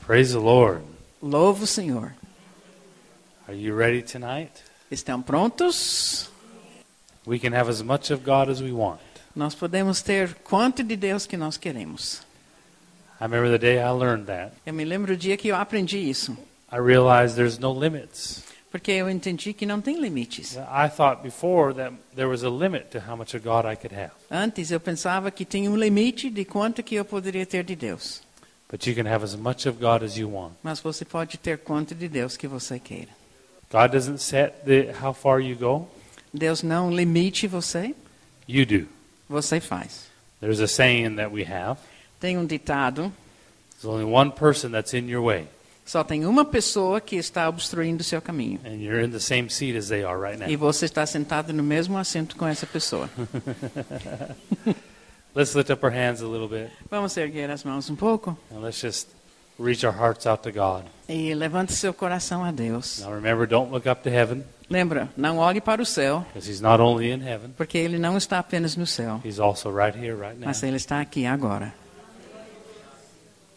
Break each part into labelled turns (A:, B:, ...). A: Praise the Lord.
B: Louvo o Senhor.
A: Are you ready tonight?
B: Estão prontos?
A: We can have as much of God as we want.
B: Nós podemos ter quanto de Deus que nós queremos.
A: I remember the day I learned that.
B: Eu me lembro o dia que eu aprendi isso,
A: I realized there's no limits.
B: porque eu entendi que não tem limites.
A: I thought before that there was a limit to how much of God I could have.
B: Antes eu pensava que tinha um limite de quanto que eu poderia ter de Deus,
A: But you can have as much of God as you want.
B: mas você pode ter quanto de Deus que você queira.
A: God doesn't set the, how far you go,
B: Deus não limite você,
A: you do.
B: você faz.
A: There's a saying that we have
B: Tem um ditado,
A: there's only one person that's in your way,
B: só tem uma pessoa que está obstruindo o seu caminho.
A: and you're in the same seat as they are right
B: E
A: now.
B: você está sentado no mesmo assento com essa pessoa.
A: Let's lift up our hands a little bit,
B: Vamos erguer as mãos um pouco
A: and let's just reach our hearts out to God.
B: e levante seu coração a Deus.
A: Now remember, don't look up to heaven,
B: Lembra, não olhe para o céu,
A: because He's not only in heaven,
B: porque Ele não está apenas no céu,
A: He's also right here, right now.
B: mas Ele está aqui agora.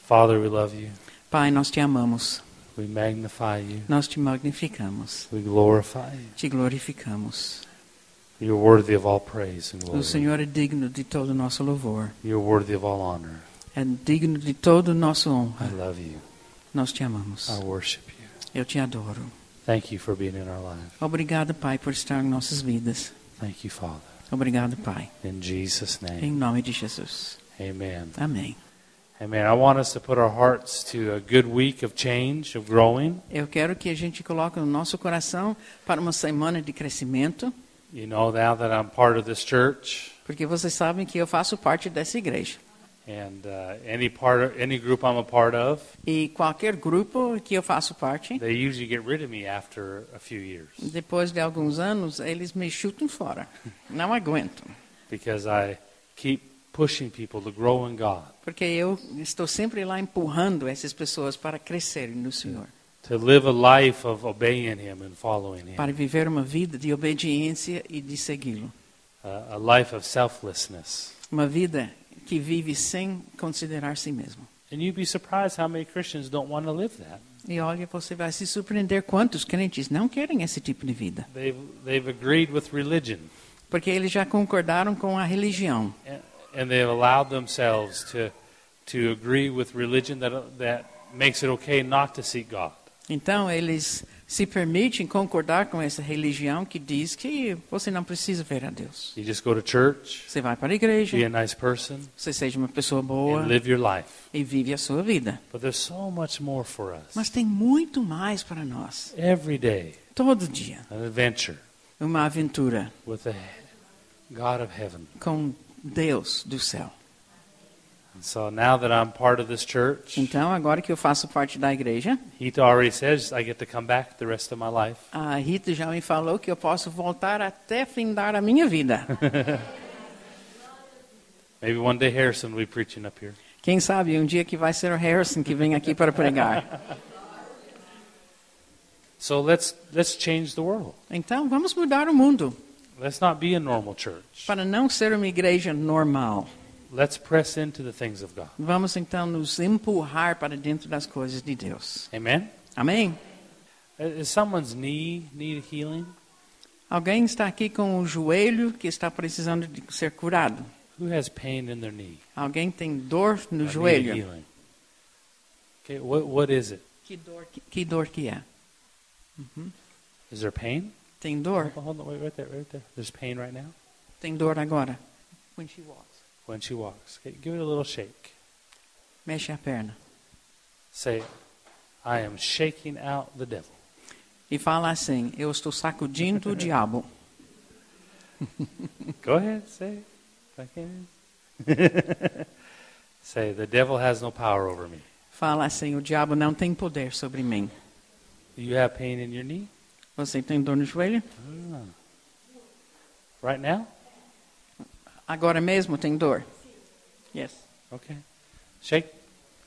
A: Father, we love you.
B: Pai, nós te amamos,
A: We magnify you.
B: nós te magnificamos,
A: We glorify you.
B: te glorificamos.
A: You're worthy of all praise and
B: O
A: glory.
B: Senhor é digno de todo o nosso louvor,
A: You're worthy of all honor.
B: é digno de todo o nosso
A: I
B: honra.
A: love you.
B: Nós te amamos,
A: I worship you.
B: eu te adoro.
A: Thank you for being in our life.
B: Obrigado, Pai, por estar em nossas vidas.
A: Thank you, Father.
B: Obrigado, Pai,
A: In Jesus'
B: em
A: name.
B: nome de Jesus.
A: Amen.
B: Amém.
A: Amen. I want us to put our hearts to a good week of change, of growing.
B: Eu quero que a gente coloque no nosso coração para uma semana de crescimento,
A: You know, now that I'm part of this church,
B: porque vocês sabem que eu faço parte dessa igreja.
A: and uh, any part of, any group I'm a part of,
B: E qualquer grupo que eu faço parte,
A: they usually get rid of me after a few years
B: depois de alguns anos, eles me chutam fora. Não aguento,
A: because I keep pushing people to grow in God,
B: porque eu estou sempre lá empurrando essas pessoas para crescerem no Senhor,
A: to live a life of obeying Him and following Him,
B: para viver uma vida de obediência e de segui-lo.
A: a, a life of selflessness.
B: Uma vida que vive sem considerar si mesmo.
A: And you'd be surprised how many Christians don't want to live that.
B: E olha, você vai se surpreender quantos crentes não querem esse tipo de vida.
A: They've, they've agreed with religion,
B: Porque eles já concordaram com a religião.
A: and, and they've allowed themselves to, to agree with religion that, that makes it okay not to seek God.
B: Então, eles se permitem concordar com essa religião que diz que você não precisa ver a Deus.
A: You just go to church,
B: Você vai para a
A: be a
B: igreja,
A: nice person,
B: você seja uma pessoa boa
A: and live your life.
B: e vive a sua vida.
A: But there's so much more for us.
B: Mas tem muito mais para nós.
A: Every day,
B: Todo dia,
A: an adventure
B: uma aventura
A: with the God of heaven.
B: com Deus do céu.
A: And so now that I'm part of this church,
B: Então, agora que eu faço parte da igreja,
A: He already says I get to come back the rest of my life.
B: a Rita já me falou que eu posso voltar até findar a minha vida.
A: Maybe one day Harrison will be preaching up here.
B: Quem sabe um dia que vai ser o Harrison que vem aqui para pregar.
A: So let's let's change the world.
B: Então, vamos mudar o mundo
A: Let's not be a normal church.
B: para não ser uma igreja normal.
A: Let's press into the things of God.
B: Vamos então nos empurrar para dentro das coisas de Deus.
A: Amen. Uh,
B: Amém?
A: Is someone's knee need healing?
B: Alguém está aqui com o joelho que está precisando de ser curado.
A: Who has pain in their knee?
B: Alguém tem dor no
A: Or need
B: joelho.
A: Healing. Okay, what what is it?
B: Que dor que, que dor que é?
A: Is there pain?
B: Tem dor?
A: Hold on, hold on, wait, right there, right there. There's pain right now
B: Tem dor agora?
A: when she walks. Okay, give it a little shake.
B: Mexe a perna.
A: Say, I am shaking out the devil.
B: E fala assim: Eu estou sacudindo o diabo.
A: Go ahead, say it. Like it is. say, the devil has no power over me.
B: Fala assim: O diabo não tem poder sobre mim.
A: Do you have pain in your knee?
B: Você tem dor no joelho?
A: Ah. Right now?
B: Agora mesmo tem dor? Yes.
A: Okay. Shake.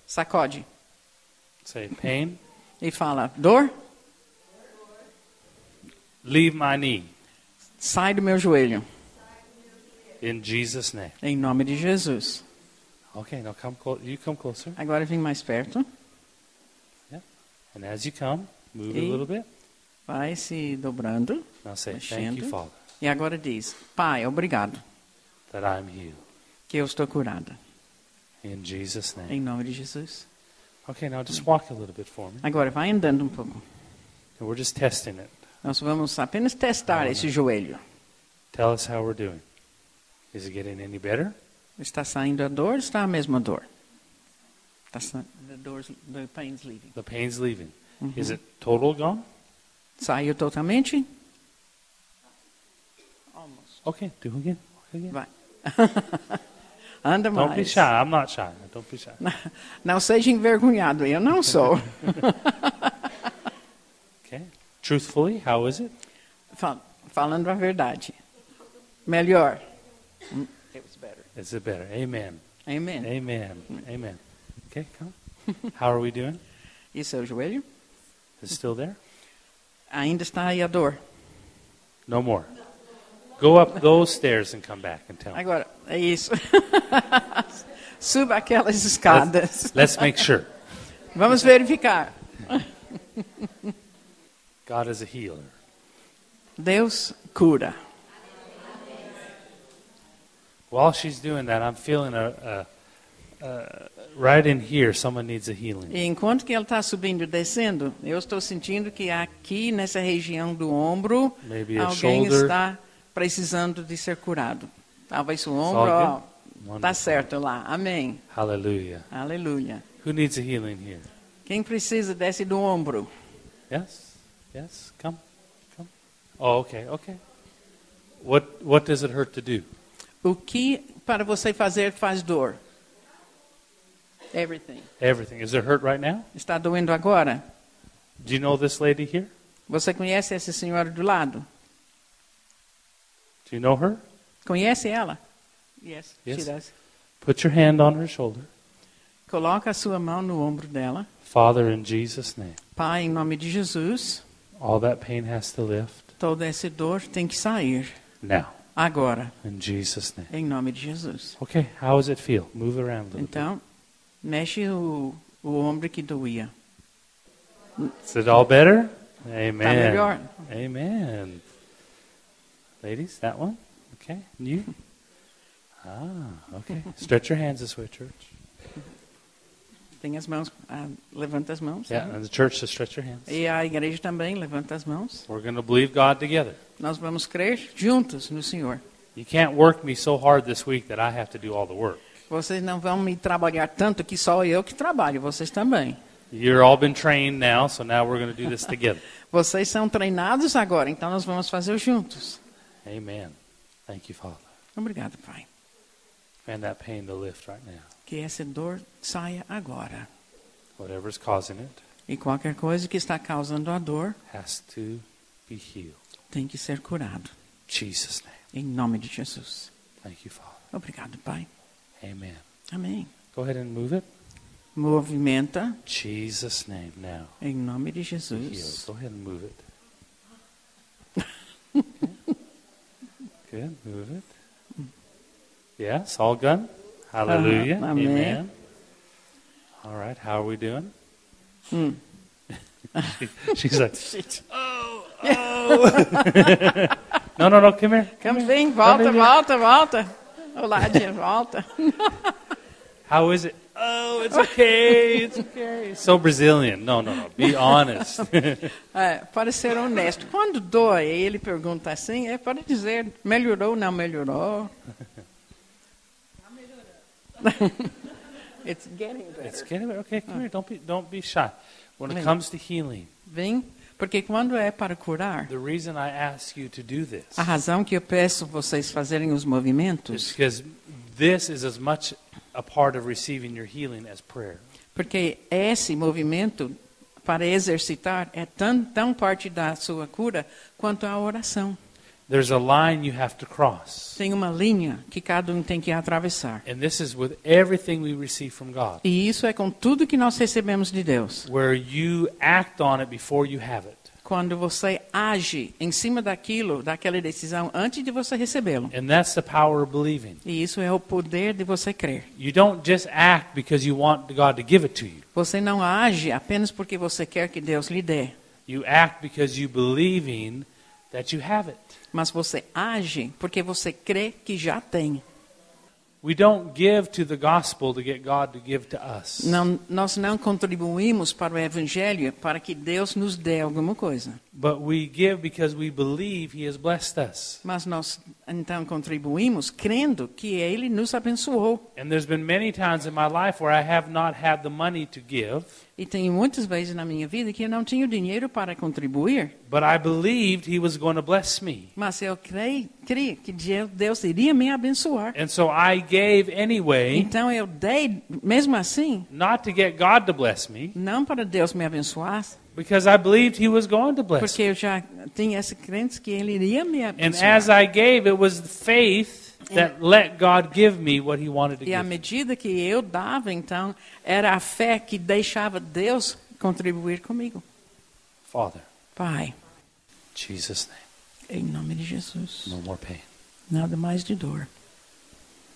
B: Sacode
A: Say pain.
B: e fala: Dor,
A: Leave my knee.
B: sai do meu joelho.
A: In Jesus' name.
B: Em nome de Jesus.
A: Okay, now come close. You come closer.
B: Agora vem mais perto.
A: And as you come, move
B: E-
A: a little bit.
B: Vai se dobrando.
A: Now say, Thank you,
B: Mexendo.
A: Father,
B: E agora diz: Pai, obrigado
A: that I'm healed.
B: que eu estou curada.
A: In Jesus' name.
B: Em nome de Jesus.
A: Okay, now just walk a little bit for me.
B: Agora vai andando um pouco.
A: And we're just testing it.
B: Nós vamos apenas testar
A: Olha.
B: esse joelho.
A: Tell us how we're doing. Is it getting any better?
B: Está saindo a dor ou está a mesma dor? Está sa... the, doors, the pain's leaving.
A: The pain's leaving. Is it total gone?
B: Saiu totalmente? Almost.
A: Okay, do it again. Walk again.
B: Vai. Anda
A: Don't be
B: mais.
A: shy. I'm not shy. Don't be shy.
B: Não seja envergonhado, eu não sou.
A: Okay. Truthfully, how is it?
B: Fal- Falando a verdade. Melhor. Hum, It was better.
A: Is it better? Amen.
B: Amen.
A: Amen. Amen. Okay, come. How are we doing?
B: E seu joelho?
A: Is it still there?
B: Ainda está aí a dor.
A: No more. Go up those stairs and come back and tell me.
B: Agora, é isso. Suba aquelas escadas.
A: Let's make sure.
B: Vamos verificar.
A: God is a healer.
B: Deus cura.
A: While she's doing that, I'm feeling a, a, a right in here, someone needs a healing.
B: E enquanto que ele está subindo e descendo, eu estou sentindo que aqui nessa região do ombro,
A: Maybe a
B: alguém
A: shoulder.
B: está precisando de ser curado. Talvez o
A: all
B: ombro,
A: good?
B: ó,
A: Wonderful.
B: tá certo lá. Amém.
A: Hallelujah.
B: Aleluia.
A: Who needs a healing here?
B: Quem precisa desce do ombro.
A: Yes? Yes? Come? Come? Oh, okay, okay. What, what does it hurt to do?
B: O que para você fazer faz dor? Everything.
A: Everything. Is it hurt right now?
B: Está doendo agora?
A: Do you know this lady here?
B: Você conhece essa senhora do lado?
A: Do you know her?
B: Conhece ela? Yes.
A: Yes.
B: she does.
A: Put your hand on her shoulder.
B: Coloca a sua mão no ombro dela.
A: Father, in Jesus' name,
B: Pai, em nome de Jesus,
A: all that pain has to lift
B: toda essa dor tem que sair
A: now.
B: agora,
A: In Jesus' name.
B: em nome de Jesus.
A: Okay, how does it feel? Move around a little
B: Então, mexe o, o ombro que doía.
A: bit. Is it all better?
B: Está
A: Amen.
B: melhor?
A: Amen. Ladies, that one? Okay. And you? Ah, okay. Stretch your hands this way, church.
B: Tem as mãos, ah, levanta as mãos.
A: Yeah, and the church to stretch your hands.
B: E a igreja também levanta as mãos.
A: We're going to believe God together.
B: Nós vamos crer juntos no Senhor.
A: You can't work me so hard this week that I have to do all the work.
B: Vocês não vão me trabalhar tanto que só eu que trabalho, vocês também.
A: You're all been trained now, so now we're going to do this together.
B: Vocês são treinados agora, então nós vamos fazer juntos.
A: Amen. Thank you, Father.
B: Obrigado, Pai.
A: And that pain to lift right now.
B: Que essa dor saia agora.
A: Whatever's causing it
B: E qualquer coisa que está causando a dor
A: has to be healed.
B: tem que ser curado.
A: Jesus' name.
B: Em nome de Jesus.
A: Thank you, Father.
B: Obrigado, Pai.
A: Amen.
B: Amém.
A: Go ahead and move it.
B: Movimenta
A: Jesus' name now.
B: em nome de
A: be healed.
B: Jesus.
A: Go ahead and move it. Okay. Good. Move it. Yes, all done. Hallelujah.
B: Uh-huh.
A: Amen.
B: Amen.
A: All right. How are we doing?
B: Hum.
A: Hmm. She's like, oh, oh. no, no, no. Come here.
B: Come, vem, volta,
A: Vem, vem.
B: volta, volta. Olá, dia, volta.
A: How is it? Oh, it's okay. It's okay. So Brazilian. No, no, no. Be honest.
B: É, para ser honesto, quando dói, e ele pergunta assim, é para dizer melhorou ou não melhorou. It's getting better.
A: it's getting better. Okay, come here. Don't be, don't be shy. When it
B: Amen.
A: comes to healing,
B: Vem, porque quando é para curar,
A: the reason I ask you to do this
B: a razão que eu peço vocês fazerem os movimentos,
A: is because this is as much a part of receiving your healing as prayer.
B: porque esse movimento para exercitar é tão, tão parte da sua cura quanto a oração.
A: There's a line you have to cross,
B: Tem uma linha que cada um tem que atravessar.
A: and this is with everything we receive from God,
B: E isso é com tudo que nós recebemos de Deus.
A: where you act on it before you have it.
B: quando você age em cima daquilo, daquela decisão, antes de você recebê-lo.
A: And that's the power of believing.
B: E isso é o poder de você crer.
A: You don't just act because you want God to give it to you.
B: Você não age apenas porque você quer que Deus lhe dê,
A: You act because you believing that you have it.
B: mas você age porque você crê que já tem.
A: We don't give to the gospel to get God to give to us.
B: Não, nós não contribuímos para o Evangelho para que Deus nos dê alguma coisa,
A: But we give because we believe he has blessed us.
B: mas nós então contribuímos crendo que Ele nos abençoou.
A: And there's been many times in my life where I have not had the money to give,
B: E tem muitas vezes na minha vida que eu não tinha dinheiro para contribuir,
A: but I believed he was going to bless me.
B: mas eu creio, creio que de- Deus iria me abençoar.
A: And so I gave anyway,
B: Então eu dei, mesmo assim,
A: not to get God to bless me,
B: não para Deus me abençoar,
A: because I believed he was going to bless
B: porque
A: me.
B: eu já tinha essa crença que Ele iria me
A: And as
B: abençoar.
A: I gave, it was the faith that let God give me what he wanted to
B: E à
A: give. me.
B: medida que eu dava, então, era a fé que deixava Deus contribuir comigo.
A: Father,
B: Pai,
A: Jesus name,
B: em nome de Jesus,
A: no more pain.
B: nada mais de dor.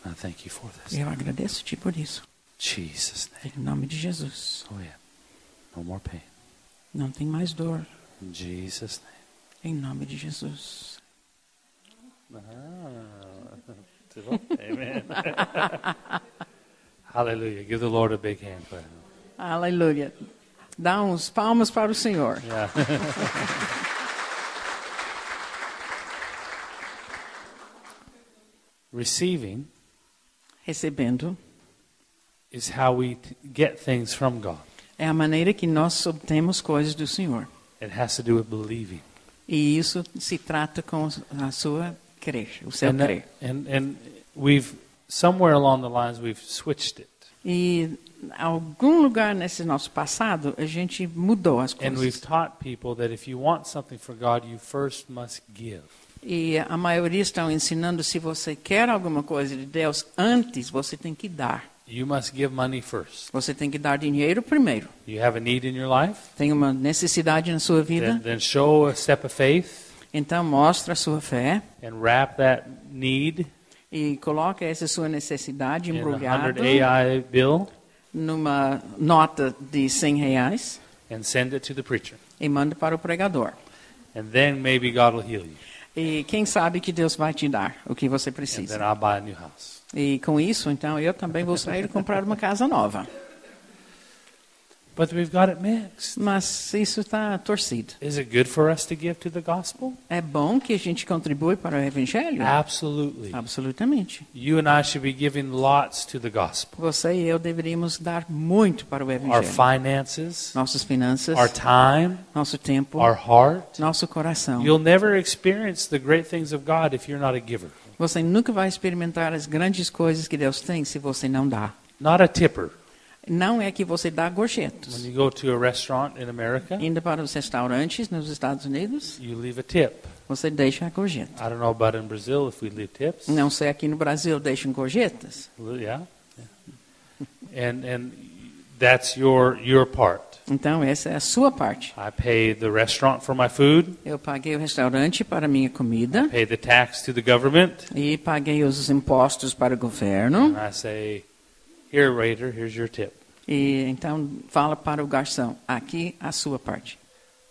A: I thank you for this.
B: Eu agradeço-te por isso.
A: Jesus name.
B: Em nome de Jesus,
A: Oh yeah. No more pain.
B: não tem mais dor.
A: In Jesus name.
B: Em nome de Jesus.
A: Amen. Hallelujah. Give the Lord a big hand for him.
B: Aleluia. Dá uns palmas para o Senhor.
A: Yeah. Receiving
B: Recebendo
A: is how we t- get things from God.
B: é a maneira que nós obtemos coisas do Senhor.
A: It has to do with believing.
B: E isso se trata com a sua crer, o seu
A: And, that-
B: crer.
A: and, and we've, somewhere along the lines, we've switched it.
B: E algum lugar nesse nosso passado a gente mudou as
A: And we've
B: coisas.
A: taught people that if you want something for God, you first must give.
B: E a maioria estão ensinando se você quer alguma coisa de Deus antes você tem que dar.
A: You must give money first.
B: Você tem que dar dinheiro primeiro.
A: You have a need in your life?
B: Tem uma necessidade na sua
A: Then,
B: vida,
A: then show a step of faith
B: então mostra a sua fé
A: and wrap that need
B: e coloca essa sua necessidade
A: in É a
B: embrulhada
A: 100 AI bill
B: numa nota de 100 reais
A: and send it to the preacher.
B: e manda para o pregador.
A: And then maybe God will heal you.
B: E quem sabe que Deus vai te dar o que você
A: And
B: precisa.
A: then I'll buy a new house.
B: E com isso, então, eu também vou sair e comprar uma casa nova.
A: But we've got it mixed.
B: Mas isso está torcido.
A: Is it good for us to give to the gospel?
B: É bom que a gente contribui para o Evangelho?
A: Ah. Absolutely.
B: Um, Absolutamente.
A: You and I should be giving lots to the gospel.
B: Você e eu deveríamos dar muito para o
A: Our
B: Evangelho.
A: finances,
B: Nossas finanças,
A: our time,
B: nosso tempo,
A: our heart.
B: nosso coração.
A: You'll never experience the great things of God if you're not a giver.
B: Você nunca vai experimentar as grandes coisas que Deus tem se você não dá.
A: Not a tipper.
B: Não é que você dá
A: When
B: gorjetos.
A: you go to a restaurant in America,
B: Indo para os restaurantes nos Estados Unidos,
A: you leave a tip.
B: você deixa a gorjeta.
A: I don't know about in Brazil if we leave tips.
B: Não sei aqui no Brasil deixam gorjetas.
A: Well, Yeah. And and that's your your part.
B: Então essa é a sua parte.
A: I pay the restaurant for my food,
B: Eu paguei o restaurante para minha comida
A: pay the tax to the government,
B: e paguei os impostos para o governo.
A: and I say, "Here, waiter, here's your tip."
B: E então fala para o garçom, aqui a sua parte.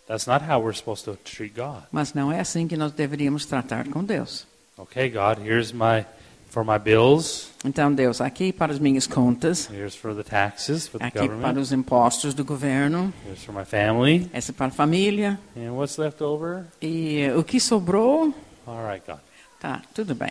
A: That's not how we're supposed to treat God.
B: Mas não é assim que nós deveríamos tratar com Deus.
A: Okay, God, here's my for my bills,
B: Então Deus, aqui para as minhas contas,
A: here's for the taxes for the
B: aqui para
A: government,
B: os impostos do governo,
A: here's for my family,
B: essa para a família
A: and what's left over?
B: e eh, o que sobrou,
A: All right, God.
B: tá, tudo bem.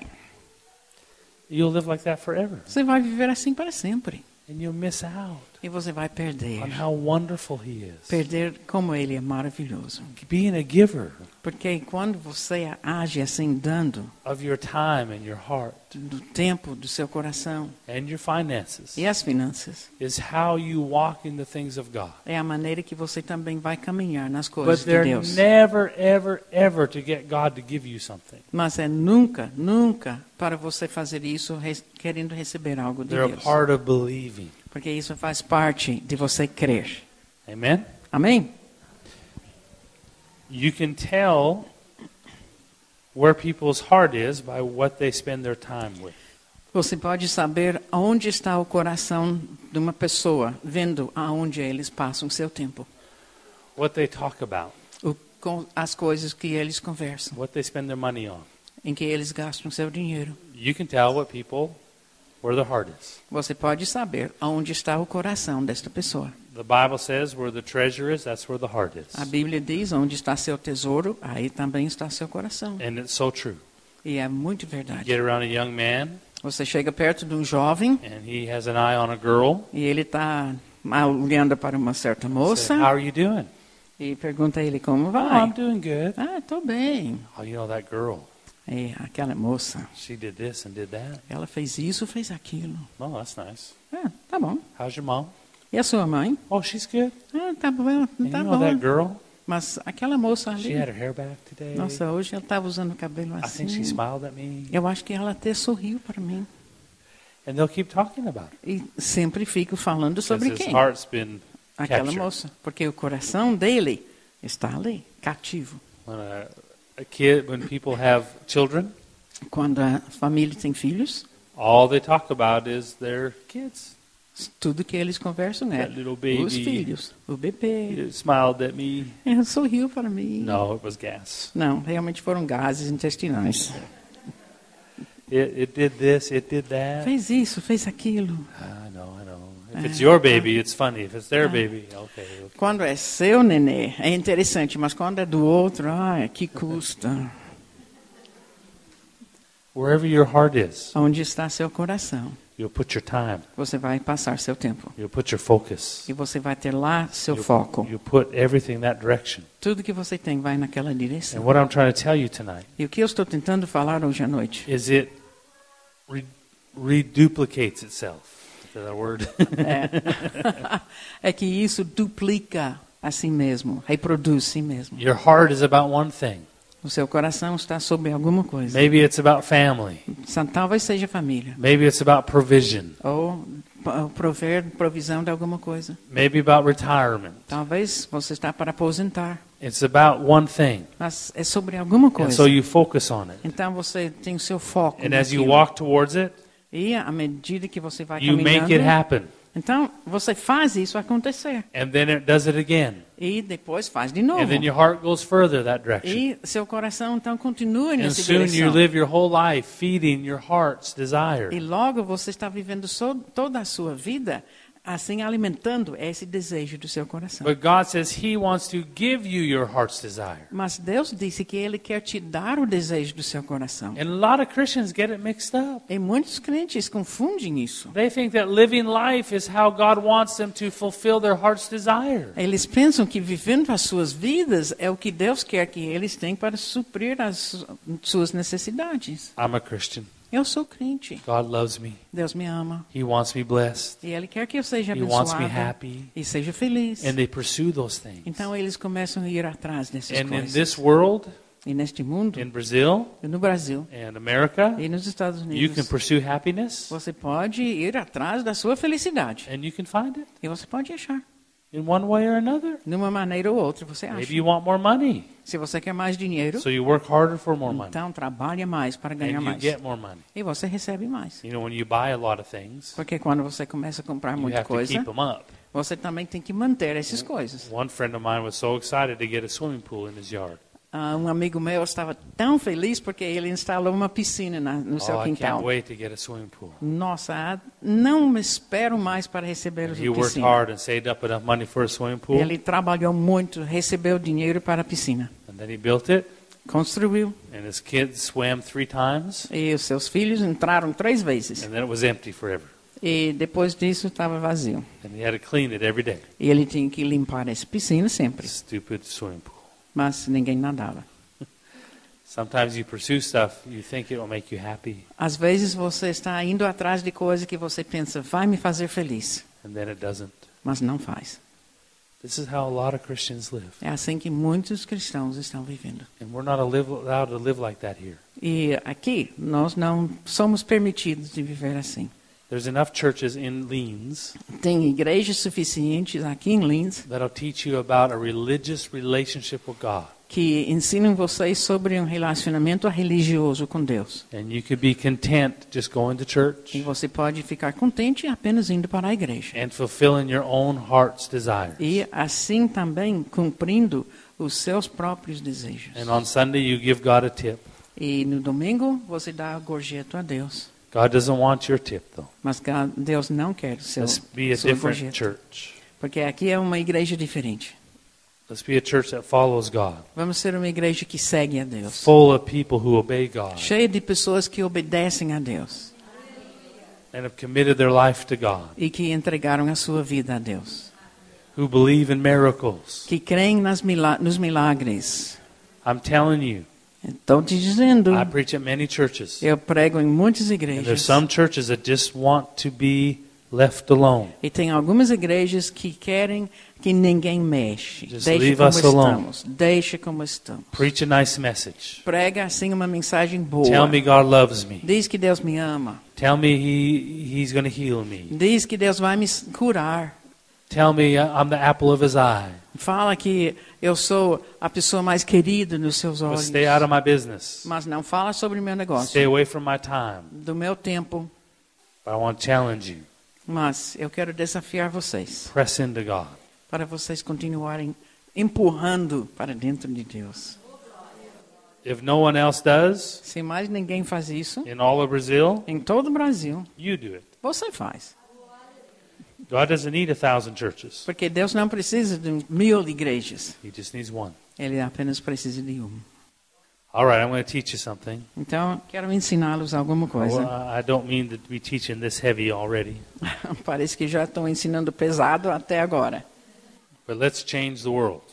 A: You'll live like that forever,
B: Você vai viver assim para sempre
A: and you'll miss out
B: e você vai perder,
A: on how wonderful He is.
B: perder como ele é maravilhoso.
A: Being a giver
B: Porque quando você age assim, dando
A: of your time and your heart
B: do tempo do seu coração
A: and your finances
B: e as finanças,
A: is how you walk in the things of God.
B: é a maneira que você também vai caminhar nas
A: But
B: coisas de
A: they're
B: Deus.
A: never, ever, ever to get God to give you something.
B: Mas é nunca, nunca para você fazer isso re- querendo receber algo de
A: They're a
B: Deus.
A: part of believing.
B: Porque isso faz parte de você crer.
A: Amen?
B: Amém?
A: You can tell where people's heart is by what they spend their time with.
B: Você pode saber onde está o coração de uma pessoa, vendo aonde eles passam seu tempo,
A: what they talk about,
B: o, com as coisas que eles conversam,
A: what they spend their money on.
B: em que eles gastam seu dinheiro.
A: You can tell what people, where their heart is.
B: Você pode saber onde está o coração desta pessoa.
A: The Bible says where the treasure is, that's where the heart is.
B: A Bíblia diz onde está seu tesouro, aí também está seu coração.
A: And it's so true.
B: E é muito
A: You
B: verdade.
A: get around a young man,
B: Você chega perto de um jovem
A: and he has an eye on a girl.
B: e ele está olhando para uma certa
A: Say, How
B: moça
A: are you doing?
B: e pergunta a ele como
A: Oh, I'm
B: vai.
A: doing good.
B: Ah, estou bem.
A: Oh, you know, that girl,
B: E aquela moça,
A: she did this and did that.
B: ela fez isso, fez aquilo.
A: Oh, that's nice.
B: Ah, tá bom.
A: How's your mom?
B: E a sua mãe?
A: Oh, she's good.
B: Ah, tá bom,
A: And
B: tá
A: you know that
B: bom.
A: girl?
B: Mas aquela moça
A: She
B: ali,
A: had her hair back today.
B: nossa, hoje ela estava usando o cabelo
A: I think she
B: assim.
A: smiled at me.
B: Eu acho que ela até sorriu para mim.
A: And they'll keep talking about it.
B: E sempre fico falando
A: 'Cause
B: sobre
A: his
B: quem?
A: heart's been
B: Aquela
A: captured.
B: moça. Porque o coração dele está ali, cativo.
A: When a, a kid, when people have children,
B: Quando a família tem filhos,
A: all they talk about is their kids.
B: tudo que eles conversam é
A: That little baby.
B: os filhos, o bebê.
A: He smiled at me.
B: Ela sorriu para mim.
A: No, it was gas.
B: Não, realmente foram gases intestinais.
A: It, it did this, it did that.
B: Fez isso, fez aquilo.
A: I know, I know. If it's your baby, it's funny. If it's their baby, okay. okay.
B: Quando é seu nenê, é interessante, mas quando é do outro, ai, que custa.
A: Wherever your heart is,
B: Onde está seu coração?
A: you'll put your time,
B: Você vai passar seu tempo.
A: you'll put your focus,
B: E você vai ter lá seu
A: you'll,
B: foco.
A: you'll put everything that direction.
B: Tudo que você tem vai naquela
A: And
B: direção.
A: what I'm trying to tell you tonight
B: E o que eu estou tentando falar hoje à noite
A: is it re- reduplicates itself. Is that a word?
B: é que isso duplica a si mesmo, reproduz si mesmo.
A: Your heart is about one thing.
B: O seu coração está sobre alguma coisa.
A: Maybe it's about family.
B: Sa- Talvez seja família,
A: Maybe it's about provision.
B: ou p- prover provisão de alguma coisa.
A: Maybe about retirement.
B: Talvez você está para aposentar,
A: It's about one thing.
B: mas é sobre alguma
A: And
B: coisa.
A: so you focus on it.
B: Então você tem o seu foco.
A: And as you
B: naquilo.
A: walk towards it,
B: E à medida que você vai
A: you make it
B: caminhando,
A: happen.
B: então você faz isso acontecer.
A: And then it does it again.
B: E depois faz de novo.
A: And then your heart goes further that direction.
B: E seu coração então continua
A: And
B: nessa
A: soon you
B: direção.
A: live your whole life feeding your heart's desire.
B: E logo você está vivendo so, toda a sua vida assim alimentando esse desejo do seu coração.
A: But God says He wants to give you your heart's desire.
B: Mas Deus disse que Ele quer te dar o desejo do seu coração.
A: And a lot of Christians get it mixed up.
B: E muitos crentes confundem isso.
A: They think that living life is how God wants them to fulfill their heart's desire.
B: Eles pensam que vivendo as suas vidas é o que Deus quer que eles tenham para suprir as su- suas necessidades.
A: I'm a Christian.
B: Eu sou crente.
A: God loves me.
B: Deus me ama.
A: He wants me blessed.
B: E Ele quer que eu seja
A: He wants me
B: abençoado
A: happy.
B: e seja feliz.
A: And they pursue those things.
B: Então eles começam a ir atrás dessas
A: And in
B: coisas.
A: this world,
B: E neste mundo,
A: in Brazil
B: e no Brasil,
A: and America,
B: E nos Estados
A: you can
B: Unidos,
A: pursue happiness
B: você pode ir atrás da sua felicidade.
A: and you can find it
B: E você pode achar.
A: in one way or another.
B: De uma maneira ou outra, você acha.
A: Maybe you want more money,
B: Se você quer mais dinheiro,
A: so you work harder for more money.
B: então trabalha mais para ganhar
A: And you
B: mais.
A: get more money.
B: E você recebe mais.
A: You know, when you buy a lot of things,
B: Porque quando você começa a comprar
A: you
B: muita
A: have to
B: coisa,
A: keep them up.
B: você também tem que manter essas coisas.
A: One friend of mine was so excited to get a swimming pool in his yard.
B: Ah, um amigo meu estava tão feliz porque ele instalou uma piscina na, no seu
A: oh, I can't
B: quintal.
A: wait to get a swimming pool.
B: Nossa, ah, não me espero mais para receber a
A: He worked
B: piscina.
A: hard and saved up enough money for a swimming pool,
B: Ele trabalhou muito, recebeu dinheiro para a piscina.
A: and then he built it.
B: Construiu.
A: And his kids swam three times,
B: E os seus filhos entraram três vezes.
A: and then it was empty forever.
B: E depois disso estava vazio.
A: And he had to clean it every day.
B: E ele tinha que limpar essa piscina sempre.
A: Stupid swimming pool.
B: Mas ninguém nadava.
A: Sometimes you pursue stuff you think it will make you happy,
B: Às vezes você está indo atrás de coisa que você pensa vai me fazer feliz,
A: and then it doesn't.
B: mas não faz.
A: This is how a lot of Christians live,
B: É assim que muitos cristãos estão vivendo.
A: and we're not alive- allowed to live like that here.
B: E aqui nós não somos permitidos de viver assim.
A: There's enough churches in Leans
B: Tem igrejas suficientes aqui em Linz
A: that'll teach you about a religious relationship with God.
B: que ensinam vocês sobre um relacionamento religioso com Deus.
A: And you could be content just going to church
B: E você pode ficar contente apenas indo para a igreja.
A: and fulfilling your own heart's desires.
B: E assim também cumprindo os seus próprios desejos.
A: And on Sunday, you give God a tip.
B: E no domingo você dá a gorjeta a Deus.
A: God doesn't want your tip, though.
B: Mas ga- Deus não quer o seu,
A: Let's be a
B: sua
A: different
B: gorjeta.
A: church.
B: Porque aqui é uma igreja diferente.
A: Let's be a church that follows God,
B: Vamos ser uma igreja que segue a Deus.
A: full of people who obey God
B: Cheia de pessoas que obedecem a Deus.
A: and have committed their life to God,
B: E que entregaram a sua vida a Deus.
A: who believe in miracles.
B: Que creem nas mila nos milagres.
A: I'm telling you,
B: Estou te dizendo.
A: I preach at many churches.
B: Eu prego em muitas
A: And Ah, there's
B: igrejas.
A: some churches that just want to be left alone.
B: E tem algumas igrejas que querem que ninguém mexe.
A: Just
B: Deixa
A: leave
B: como
A: us alone.
B: estamos. Deixa como estamos.
A: Preach a nice message.
B: Prega assim uma mensagem
A: Tell
B: boa.
A: me God loves me.
B: Diz que Deus me ama.
A: Tell me he, He's going to heal me.
B: Diz que Deus vai me curar.
A: Tell me I'm the apple of His eye.
B: Fala que eu sou a pessoa mais querida nos seus
A: But
B: olhos.
A: stay out of my business.
B: Mas não fala sobre meu
A: Stay
B: negócio,
A: away from my time.
B: do meu tempo.
A: But I want to challenge you.
B: Mas eu quero desafiar vocês
A: Press into God.
B: para vocês continuarem empurrando para dentro de Deus.
A: If no one else does
B: Se mais ninguém faz isso,
A: in all of Brazil,
B: em todo o Brasil,
A: you do it.
B: você faz.
A: God doesn't need a thousand churches.
B: Porque Deus não precisa de mil igrejas.
A: He just needs one.
B: Ele apenas precisa de uma.
A: All right, I'm going to teach you something.
B: Então, quero ensiná-los alguma
A: Well,
B: coisa.
A: I I don't mean to be teaching this heavy already,
B: Parece que já estão ensinando pesado até agora.
A: but let's change the world.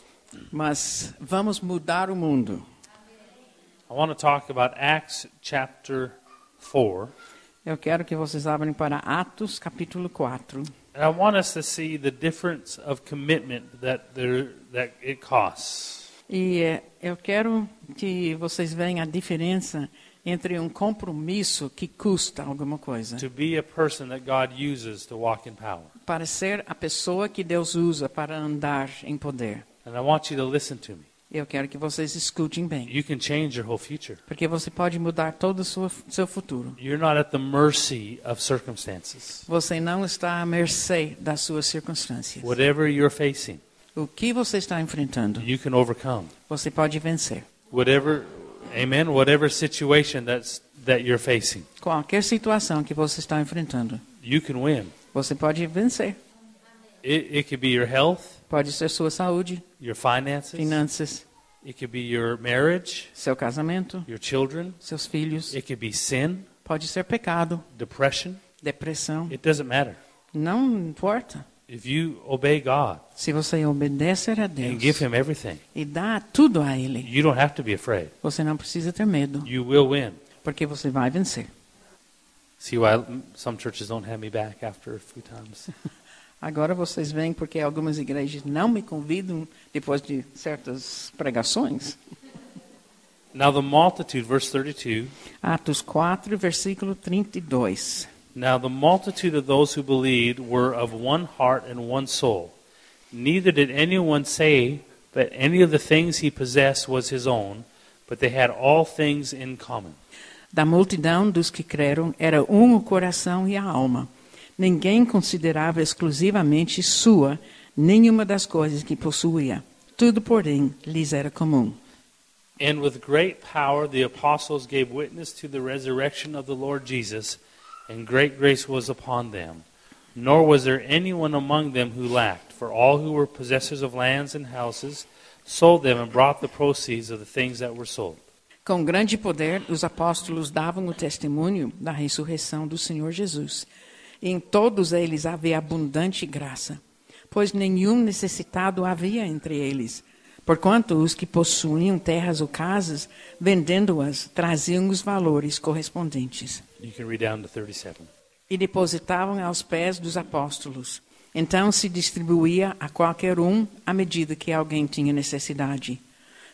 B: Mas vamos mudar o mundo.
A: I want to talk about Acts chapter 4.
B: Eu quero que vocês abrem para Atos, capítulo 4.
A: And I want us to see the difference of commitment that there that it costs.
B: E eh, eu quero que vocês vejam a diferença entre um compromisso que custa alguma coisa
A: To be a person that God uses to walk in power.
B: para ser a pessoa que Deus usa para andar em poder.
A: And I want you to listen to me.
B: Eu quero que vocês escutem bem.
A: You can change your whole future.
B: Porque você pode mudar todo o sua- seu futuro.
A: You're not at the mercy of circumstances.
B: Você não está à mercê das suas circunstâncias.
A: Whatever you're facing,
B: O que você está enfrentando,
A: you can overcome.
B: você pode vencer.
A: Whatever amen, whatever situation that's that you're facing,
B: Qualquer situação que você está enfrentando,
A: you can win.
B: você pode vencer.
A: It it could be your health,
B: Pode ser sua saúde,
A: your finances,
B: finanças,
A: it could be your marriage,
B: seu casamento,
A: your children,
B: seus filhos.
A: it could be sin,
B: Pode ser pecado,
A: depression.
B: depressão.
A: It doesn't matter.
B: Não importa.
A: If you obey God
B: Se você obedecer a
A: and give
B: Deus
A: him everything,
B: e dá tudo a Ele,
A: you don't have to be afraid.
B: você não precisa ter medo,
A: You will win.
B: porque você vai vencer.
A: See why some churches don't have me back after a few times.
B: Agora vocês vêm porque algumas igrejas não me convidam depois de certas pregações.
A: Now the multitude, verse 32.
B: Atos 4, versículo 32.
A: Now the multitude of those who believed were of one heart and one soul. Neither did anyone say that any of the things he possessed was his own, but they had all things in common.
B: Da multidão dos que creram era um o coração e a alma. Ninguém considerava exclusivamente sua nenhuma das coisas que possuía. Tudo, porém, lhes era comum.
A: And with great power the apostles gave witness to the resurrection of the Lord Jesus, and great grace was upon them. Nor was there anyone among them who lacked, for all who were possessors of lands and houses sold them and brought the proceeds of the things that were sold.
B: Com grande poder, os apóstolos davam o testemunho da ressurreição do Senhor Jesus. E em todos eles havia abundante graça, pois nenhum necessitado havia entre eles. Porquanto os que possuíam terras ou casas, vendendo-as, traziam os valores correspondentes
A: You can read down to 37.
B: e depositavam aos pés dos apóstolos. Então se distribuía a qualquer um à medida que alguém tinha necessidade.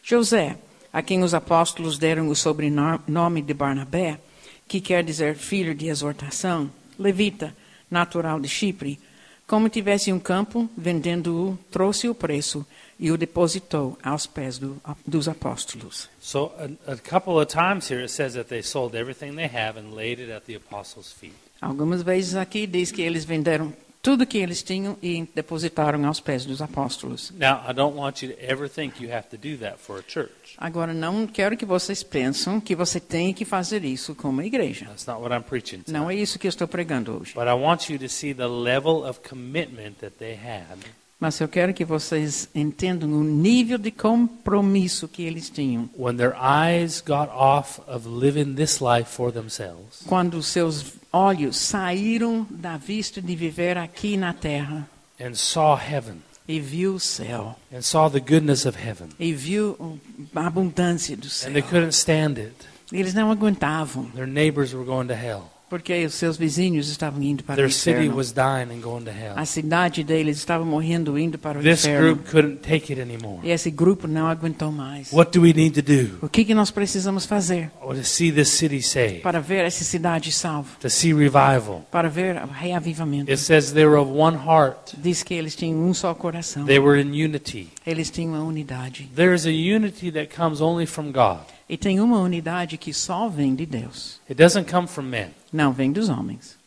B: José, a quem os apóstolos deram o sobrenome de Barnabé, que quer dizer filho de exortação, levita, natural de Chipre, Como tivesse um campo, vendendo-o, trouxe o preço e o depositou aos pés do- dos apóstolos.
A: So a, a couple of times here it says that they sold everything they have and laid it at the apostles' feet.
B: Algumas vezes aqui diz que eles venderam tudo que eles tinham e depositaram aos pés dos apóstolos.
A: Now, I don't want you to ever think you have to do that for a church.
B: Agora, não quero que vocês pensem que você tem que fazer isso como igreja.
A: That's not what I'm preaching to.
B: Não é isso que eu estou pregando hoje.
A: But I want you to see the level of commitment that they had
B: Mas eu quero que vocês entendam o nível de compromisso que eles tinham.
A: when their eyes got off of living this life for themselves
B: Quando os seus olhos saíram da vista de viver aqui na terra
A: and saw heaven
B: e viu o céu,
A: and saw the goodness of heaven.
B: e viu o- a abundância do céu.
A: And they couldn't stand it.
B: Eles não aguentavam,
A: Their neighbors were going to hell.
B: porque os seus vizinhos estavam indo para o
A: Their city
B: inferno.
A: was dying and going to hell.
B: A cidade deles estava morrendo indo para o
A: This
B: inferno.
A: group couldn't take it anymore.
B: E esse grupo não aguentou mais.
A: What do we need to do?
B: O que, que nós precisamos fazer
A: Or to see this city saved,
B: para ver essa cidade salva?
A: to see revival.
B: Para ver o reavivamento?
A: It says they were of one heart.
B: Diz que eles tinham um só coração.
A: They were in unity.
B: Eles tinham uma unidade.
A: There is a unity that comes only from God.
B: E tem uma unidade que só vem de Deus.
A: It doesn't come from men.
B: Não vem dos homens.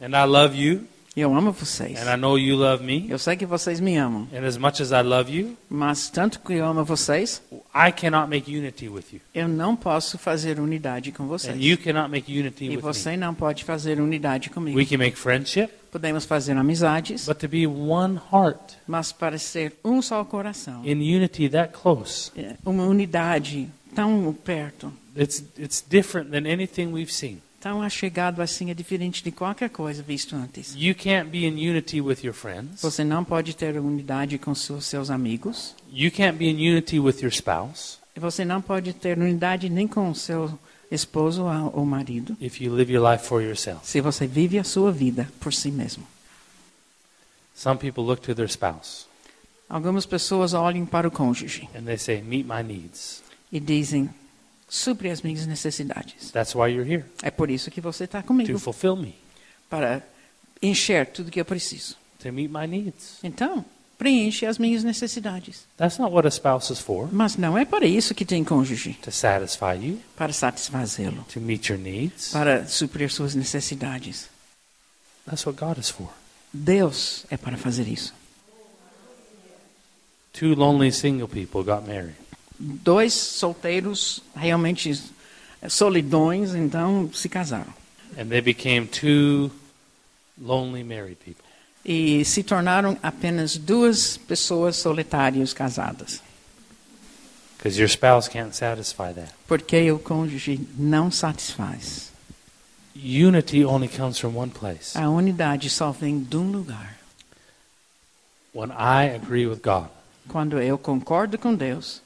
A: And I love you,
B: Eu amo vocês.
A: and I know you love me.
B: Eu sei que vocês me amam.
A: And as much as I love you,
B: Mas tanto que eu amo vocês,
A: I cannot make unity with you.
B: eu não posso fazer unidade com vocês.
A: And you cannot make unity
B: E
A: with me.
B: você não pode fazer unidade comigo.
A: We can make friendship,
B: Podemos fazer amizades,
A: but to be one heart
B: mas para ser um só coração.
A: in unity that close,
B: É, Uma unidade tão perto,
A: it's, it's different than anything we've seen.
B: tão achegado assim, é diferente de qualquer coisa visto antes.
A: You can't be in unity with your friends.
B: Você não pode ter unidade com seus seus amigos.
A: You can't be in unity with your spouse
B: Você não pode ter unidade nem com seu esposo ou ou marido,
A: if you live your life for yourself.
B: se você vive a sua vida por si mesmo.
A: Some people look to their spouse
B: Algumas pessoas olham para o cônjuge
A: and they say, Meet my needs.
B: e dizem: supre as minhas necessidades.
A: That's why you're here,
B: É por isso que você está
A: to
B: comigo
A: fulfill me,
B: para encher tudo que eu preciso.
A: to meet my needs.
B: Então, preenche as minhas necessidades.
A: That's not what a spouse is for,
B: Mas não é para isso que tem cônjuge
A: to satisfy you,
B: para satisfazê-lo,
A: to meet your needs.
B: para suprir suas necessidades.
A: That's what God is for.
B: Deus é para fazer isso.
A: Two lonely single people got married.
B: dois solteiros realmente solidões, então se casaram
A: And they became two lonely married people.
B: e se tornaram apenas duas pessoas solitárias casadas,
A: Because your spouse can't satisfy that.
B: porque o cônjuge não satisfaz.
A: Unity only comes from one place.
B: A unidade só vem de um lugar.
A: When I agree with God
B: Quando eu concordo com Deus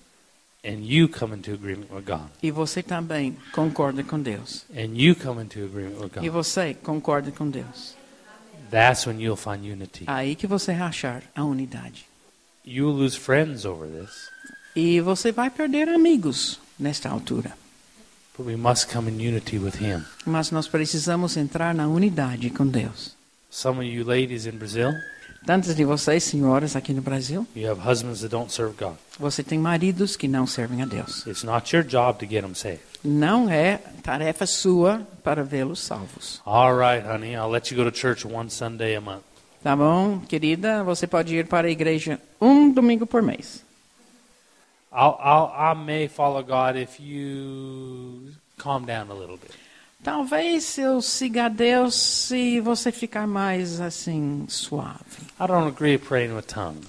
A: and you come into agreement with God
B: e você também concorda com Deus
A: and you come into agreement with God,
B: e você concorda com Deus,
A: that's when you'll find unity.
B: aí que você vai achar a unidade.
A: You'll lose friends over this,
B: E você vai perder amigos nesta altura.
A: but we must come in unity with Him.
B: Mas nós precisamos entrar na unidade com Deus.
A: Some of you ladies in Brazil,
B: Tantas de vocês, senhoras aqui no Brasil,
A: you have husbands that don't serve God.
B: você tem maridos que não servem a Deus.
A: It's not your job to get them saved.
B: Não é tarefa sua para vê-los salvos.
A: All right, honey, I'll let you go to church one Sunday a month.
B: Tá bom, querida? Você pode ir para a igreja um domingo por mês.
A: I'll, I'll, I may follow God if you calm down a little bit.
B: Talvez eu siga a Deus se você ficar mais assim suave.
A: I don't agree with praying with tongues.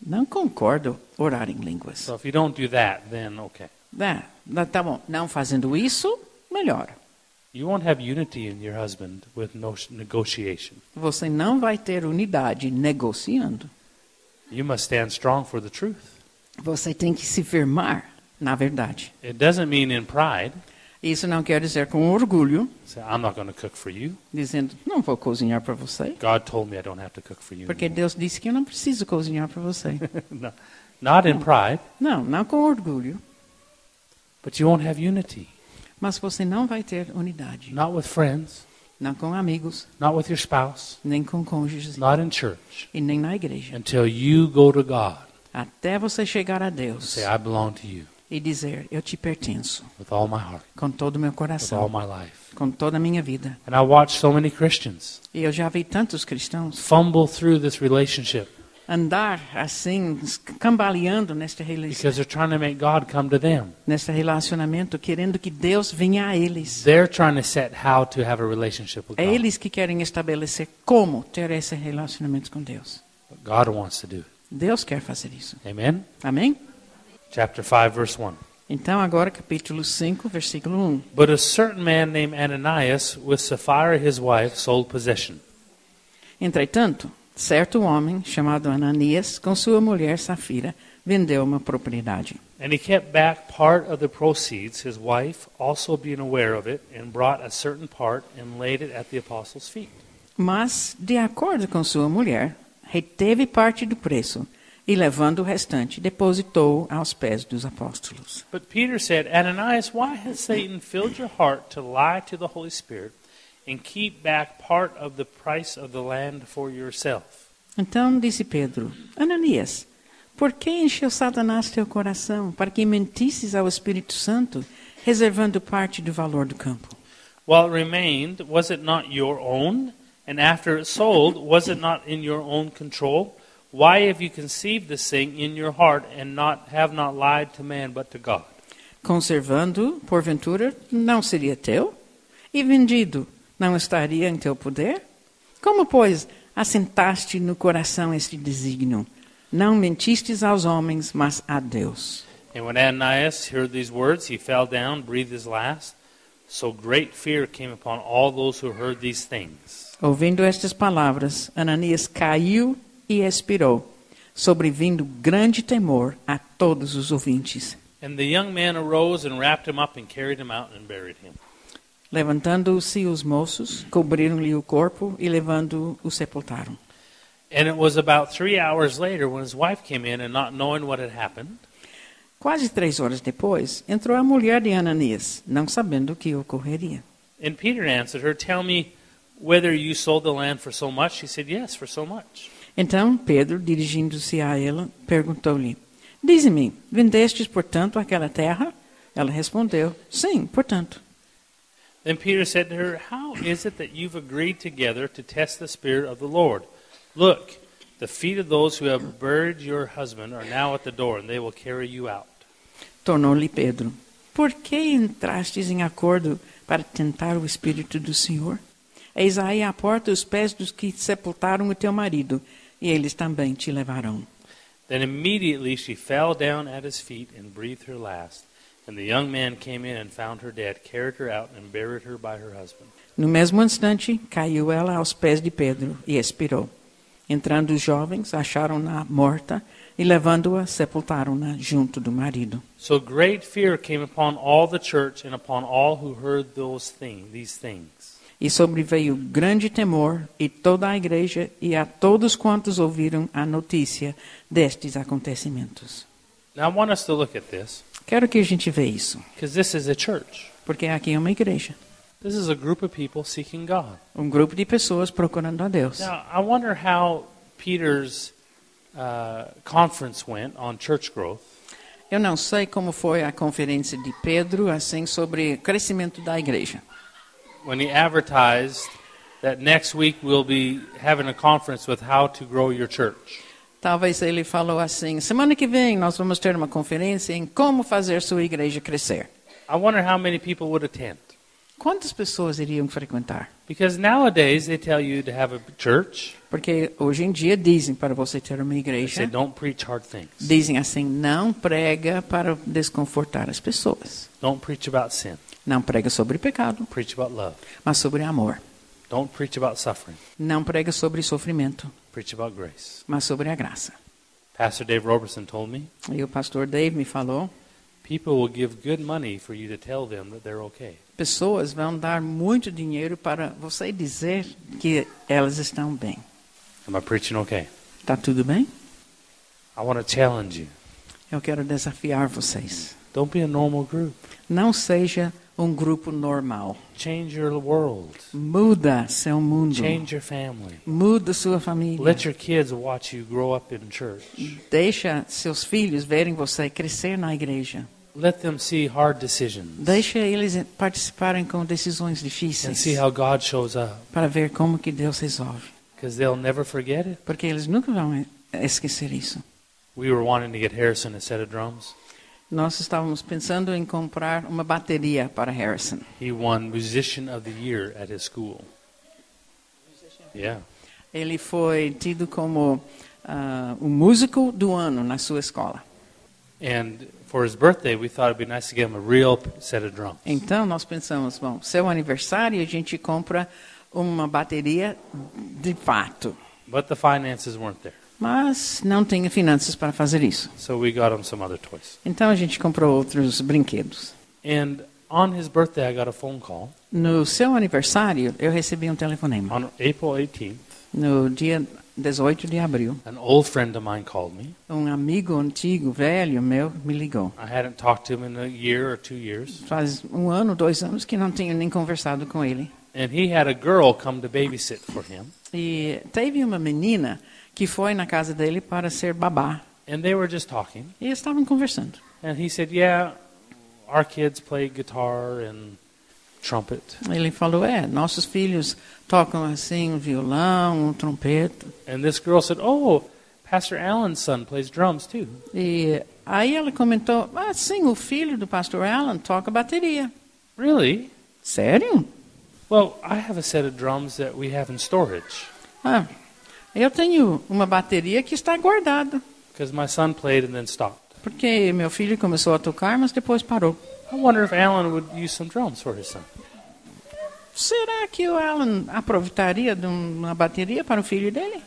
B: Não concordo orar em línguas.
A: So if you don't do that, then okay.
B: Tá, tá bom. Não fazendo isso, melhor.
A: You won't have unity in your husband with no negotiation.
B: Você não vai ter unidade negociando.
A: You must stand strong for the truth.
B: Você tem que se firmar na verdade.
A: It doesn't mean in pride,
B: Isso não quer dizer com orgulho,
A: say, I'm not going to cook for you.
B: dizendo, não vou cozinhar para você,
A: God told me I don't have to cook for you.
B: porque
A: anymore."
B: Deus disse que eu não preciso cozinhar para você.
A: no, not in pride,
B: Não, não com orgulho,
A: but you won't have unity.
B: mas você não vai ter unidade.
A: Not with friends,
B: não com amigos,
A: not with your spouse,
B: nem com cônjuges
A: not in church,
B: e nem na igreja.
A: until you go to God
B: Até você chegar a Deus
A: and say, I belong to you
B: e dizer: Eu te pertenço
A: with all my heart,
B: com todo o meu
A: with all
B: coração,
A: my life.
B: com toda a minha vida.
A: And I watch so many Christians
B: E eu já vi tantos cristãos
A: fumble through this relationship
B: andar assim, cambaleando neste rela-
A: because they're trying to make God come to them.
B: neste relacionamento, querendo que Deus venha a eles.
A: They're trying to set how to have a relationship with
B: É
A: God.
B: eles que querem estabelecer como ter esse relacionamento com Deus.
A: But God wants to do it.
B: Deus quer fazer isso.
A: Amen?
B: Amém?
A: Chapter 5, verse 1.
B: Então, agora, capítulo 5, versículo 1.
A: But a certain man named Ananias, with Sapphira his wife, sold possession.
B: Entretanto, certo homem, chamado Ananias, com sua mulher Safira, vendeu uma propriedade.
A: And he kept back part of the proceeds, his wife also being aware of it, and brought a certain part and laid it at the apostles' feet.
B: Mas, de acordo com sua mulher, reteve parte do preço e, levando o restante, depositou aos pés dos apóstolos.
A: But Peter said, Ananias, why has Satan filled your heart to lie to the Holy Spirit and keep back part of the price of the land for yourself?
B: Então disse Pedro: Ananias, por que encheu Satanás teu coração para que mentisses ao Espírito Santo, reservando parte do valor do campo?
A: While it remained, was it not your own? And after it sold, was it not in your own control? Why have you conceived this thing in your heart and not have not lied to man but to God?
B: Conservando, porventura, não seria teu? E vendido, não estaria em teu poder? Como, pois, assentaste no coração este desígnio? Não mentistes aos homens, mas a Deus.
A: And when Ananias heard these words, he fell down, breathed his last. So great fear came upon all those who heard these things.
B: Ouvindo estas palavras, Ananias caiu e expirou, sobrevindo grande temor a todos os ouvintes.
A: And the young man arose and wrapped him up and carried him out and buried him.
B: Levantando-se os moços, cobriram-lhe o corpo e levando-o, o sepultaram.
A: And it was about three hours later when his wife came in and not knowing what had happened,
B: Quase três horas depois, entrou a mulher de Ananias, não sabendo o que ocorreria.
A: and Peter answered her, Tell me whether you sold the land for so much. She said, Yes, for so much.
B: Então Pedro, dirigindo-se a ela, perguntou-lhe: Dize-me, vendestes, portanto, aquela terra? Ela respondeu: Sim, portanto.
A: Then Peter said to her, How is it that you've agreed together to test the Spirit of the Lord? Look, the feet of those who have buried your husband are now at the door, and they will carry you out.
B: Tornou-lhe Pedro: Por que entrastes em acordo para tentar o Espírito do Senhor? Eis aí à porta os pés dos que sepultaram o teu marido, e eles também te levarão.
A: Then immediately she fell down at his feet and breathed her last. And the young man came in and found her dead, carried her out, and buried her by her husband.
B: No mesmo instante, caiu ela aos pés de Pedro e expirou. Entrando os jovens, acharam-na morta e, levando-a, sepultaram-na junto do marido.
A: So great fear came upon all the church and upon all who heard those thing, these things.
B: E sobreveio grande temor e toda a igreja e a todos quantos ouviram a notícia destes acontecimentos.
A: Now I want us to look at this
B: Quero que a gente veja isso,
A: because this is a church.
B: porque aqui é uma igreja,
A: This is a group of people seeking God.
B: um grupo de pessoas procurando a Deus.
A: Now I wonder how Peter's uh, conference went on church growth,
B: Eu não sei como foi a conferência de Pedro assim sobre crescimento da igreja.
A: when he advertised that next week we'll be having a conference with how to grow your church.
B: Talvez ele falou assim: semana que vem nós vamos ter uma conferência em como fazer sua igreja crescer.
A: I wonder how many people would attend.
B: Quantas pessoas iriam frequentar?
A: Because nowadays they tell you to have a church.
B: Porque hoje em dia dizem para você ter uma
A: They say
B: igreja,
A: don't preach hard things.
B: dizem assim: não prega para desconfortar as pessoas.
A: Don't preach about sin.
B: Não prega sobre pecado,
A: Preach about love.
B: mas sobre amor.
A: Don't preach about suffering.
B: Não prega sobre sofrimento,
A: Preach about grace.
B: mas sobre a graça.
A: Pastor Dave Robertson told me
B: E o pastor Dave me falou:
A: people will give good money for you to tell them that they're okay.
B: pessoas vão dar muito dinheiro para você dizer que elas estão bem.
A: Am I preaching okay?
B: Está tudo bem?
A: I want to challenge you.
B: Eu quero desafiar vocês.
A: Don't be a normal group.
B: Não seja um grupo normal.
A: Change your world.
B: Muda seu mundo.
A: Change your family.
B: Muda sua família.
A: Let your kids watch you grow up in church.
B: Deixa seus filhos verem você crescer na igreja.
A: Let them see hard decisions
B: Deixa eles participarem com decisões
A: and see
B: difíceis
A: how God shows up
B: para ver como que Deus resolve,
A: because they'll never forget it.
B: porque eles nunca vão e- esquecer isso.
A: We were wanting to get Harrison a set of drums.
B: Nós estávamos pensando em comprar uma bateria para Harrison.
A: He won Musician of the Year at his school. Yeah.
B: Ele foi tido como ah, o músico do ano na sua escola.
A: And for his birthday, we thought it'd be nice to get him a real p- set of drums.
B: Então nós pensamos, bom, seu aniversário a gente compra uma bateria de fato,
A: But the finances weren't there,
B: mas não tinha finanças para fazer isso.
A: so we got him some other toys.
B: Então a gente comprou outros brinquedos.
A: And on his birthday, I got a phone call
B: No seu aniversário, eu recebi um telefonema.
A: on April 18th.
B: No dia 18 de abril,
A: An old friend of mine called me.
B: um amigo antigo, velho meu, me ligou.
A: I hadn't talked to him in a year or two years,
B: Faz um ano, dois anos que não tinha nem conversado com ele.
A: and he had a girl come to babysit for him.
B: E teve uma menina que foi na casa dele para ser babá.
A: And they were just talking,
B: E eles estavam conversando.
A: and he said, "Yeah, our kids play guitar and trumpet."
B: Ele falou: É, nossos filhos tocam assim um violão, um trompeta.
A: And this girl said, "Oh, Pastor Allen's son plays drums too."
B: E aí ela comentou: Ah, sim, o filho do pastor Alan toca bateria.
A: Really?
B: Sério?
A: Well, I have a set of drums that we have in storage
B: Ah, eu tenho uma bateria que está guardada.
A: because my son played and then stopped.
B: Porque meu filho começou a tocar, mas depois parou.
A: I wonder if Alan would use some drums for his son.
B: Será que o Alan aproveitaria de um, uma bateria para o filho dele?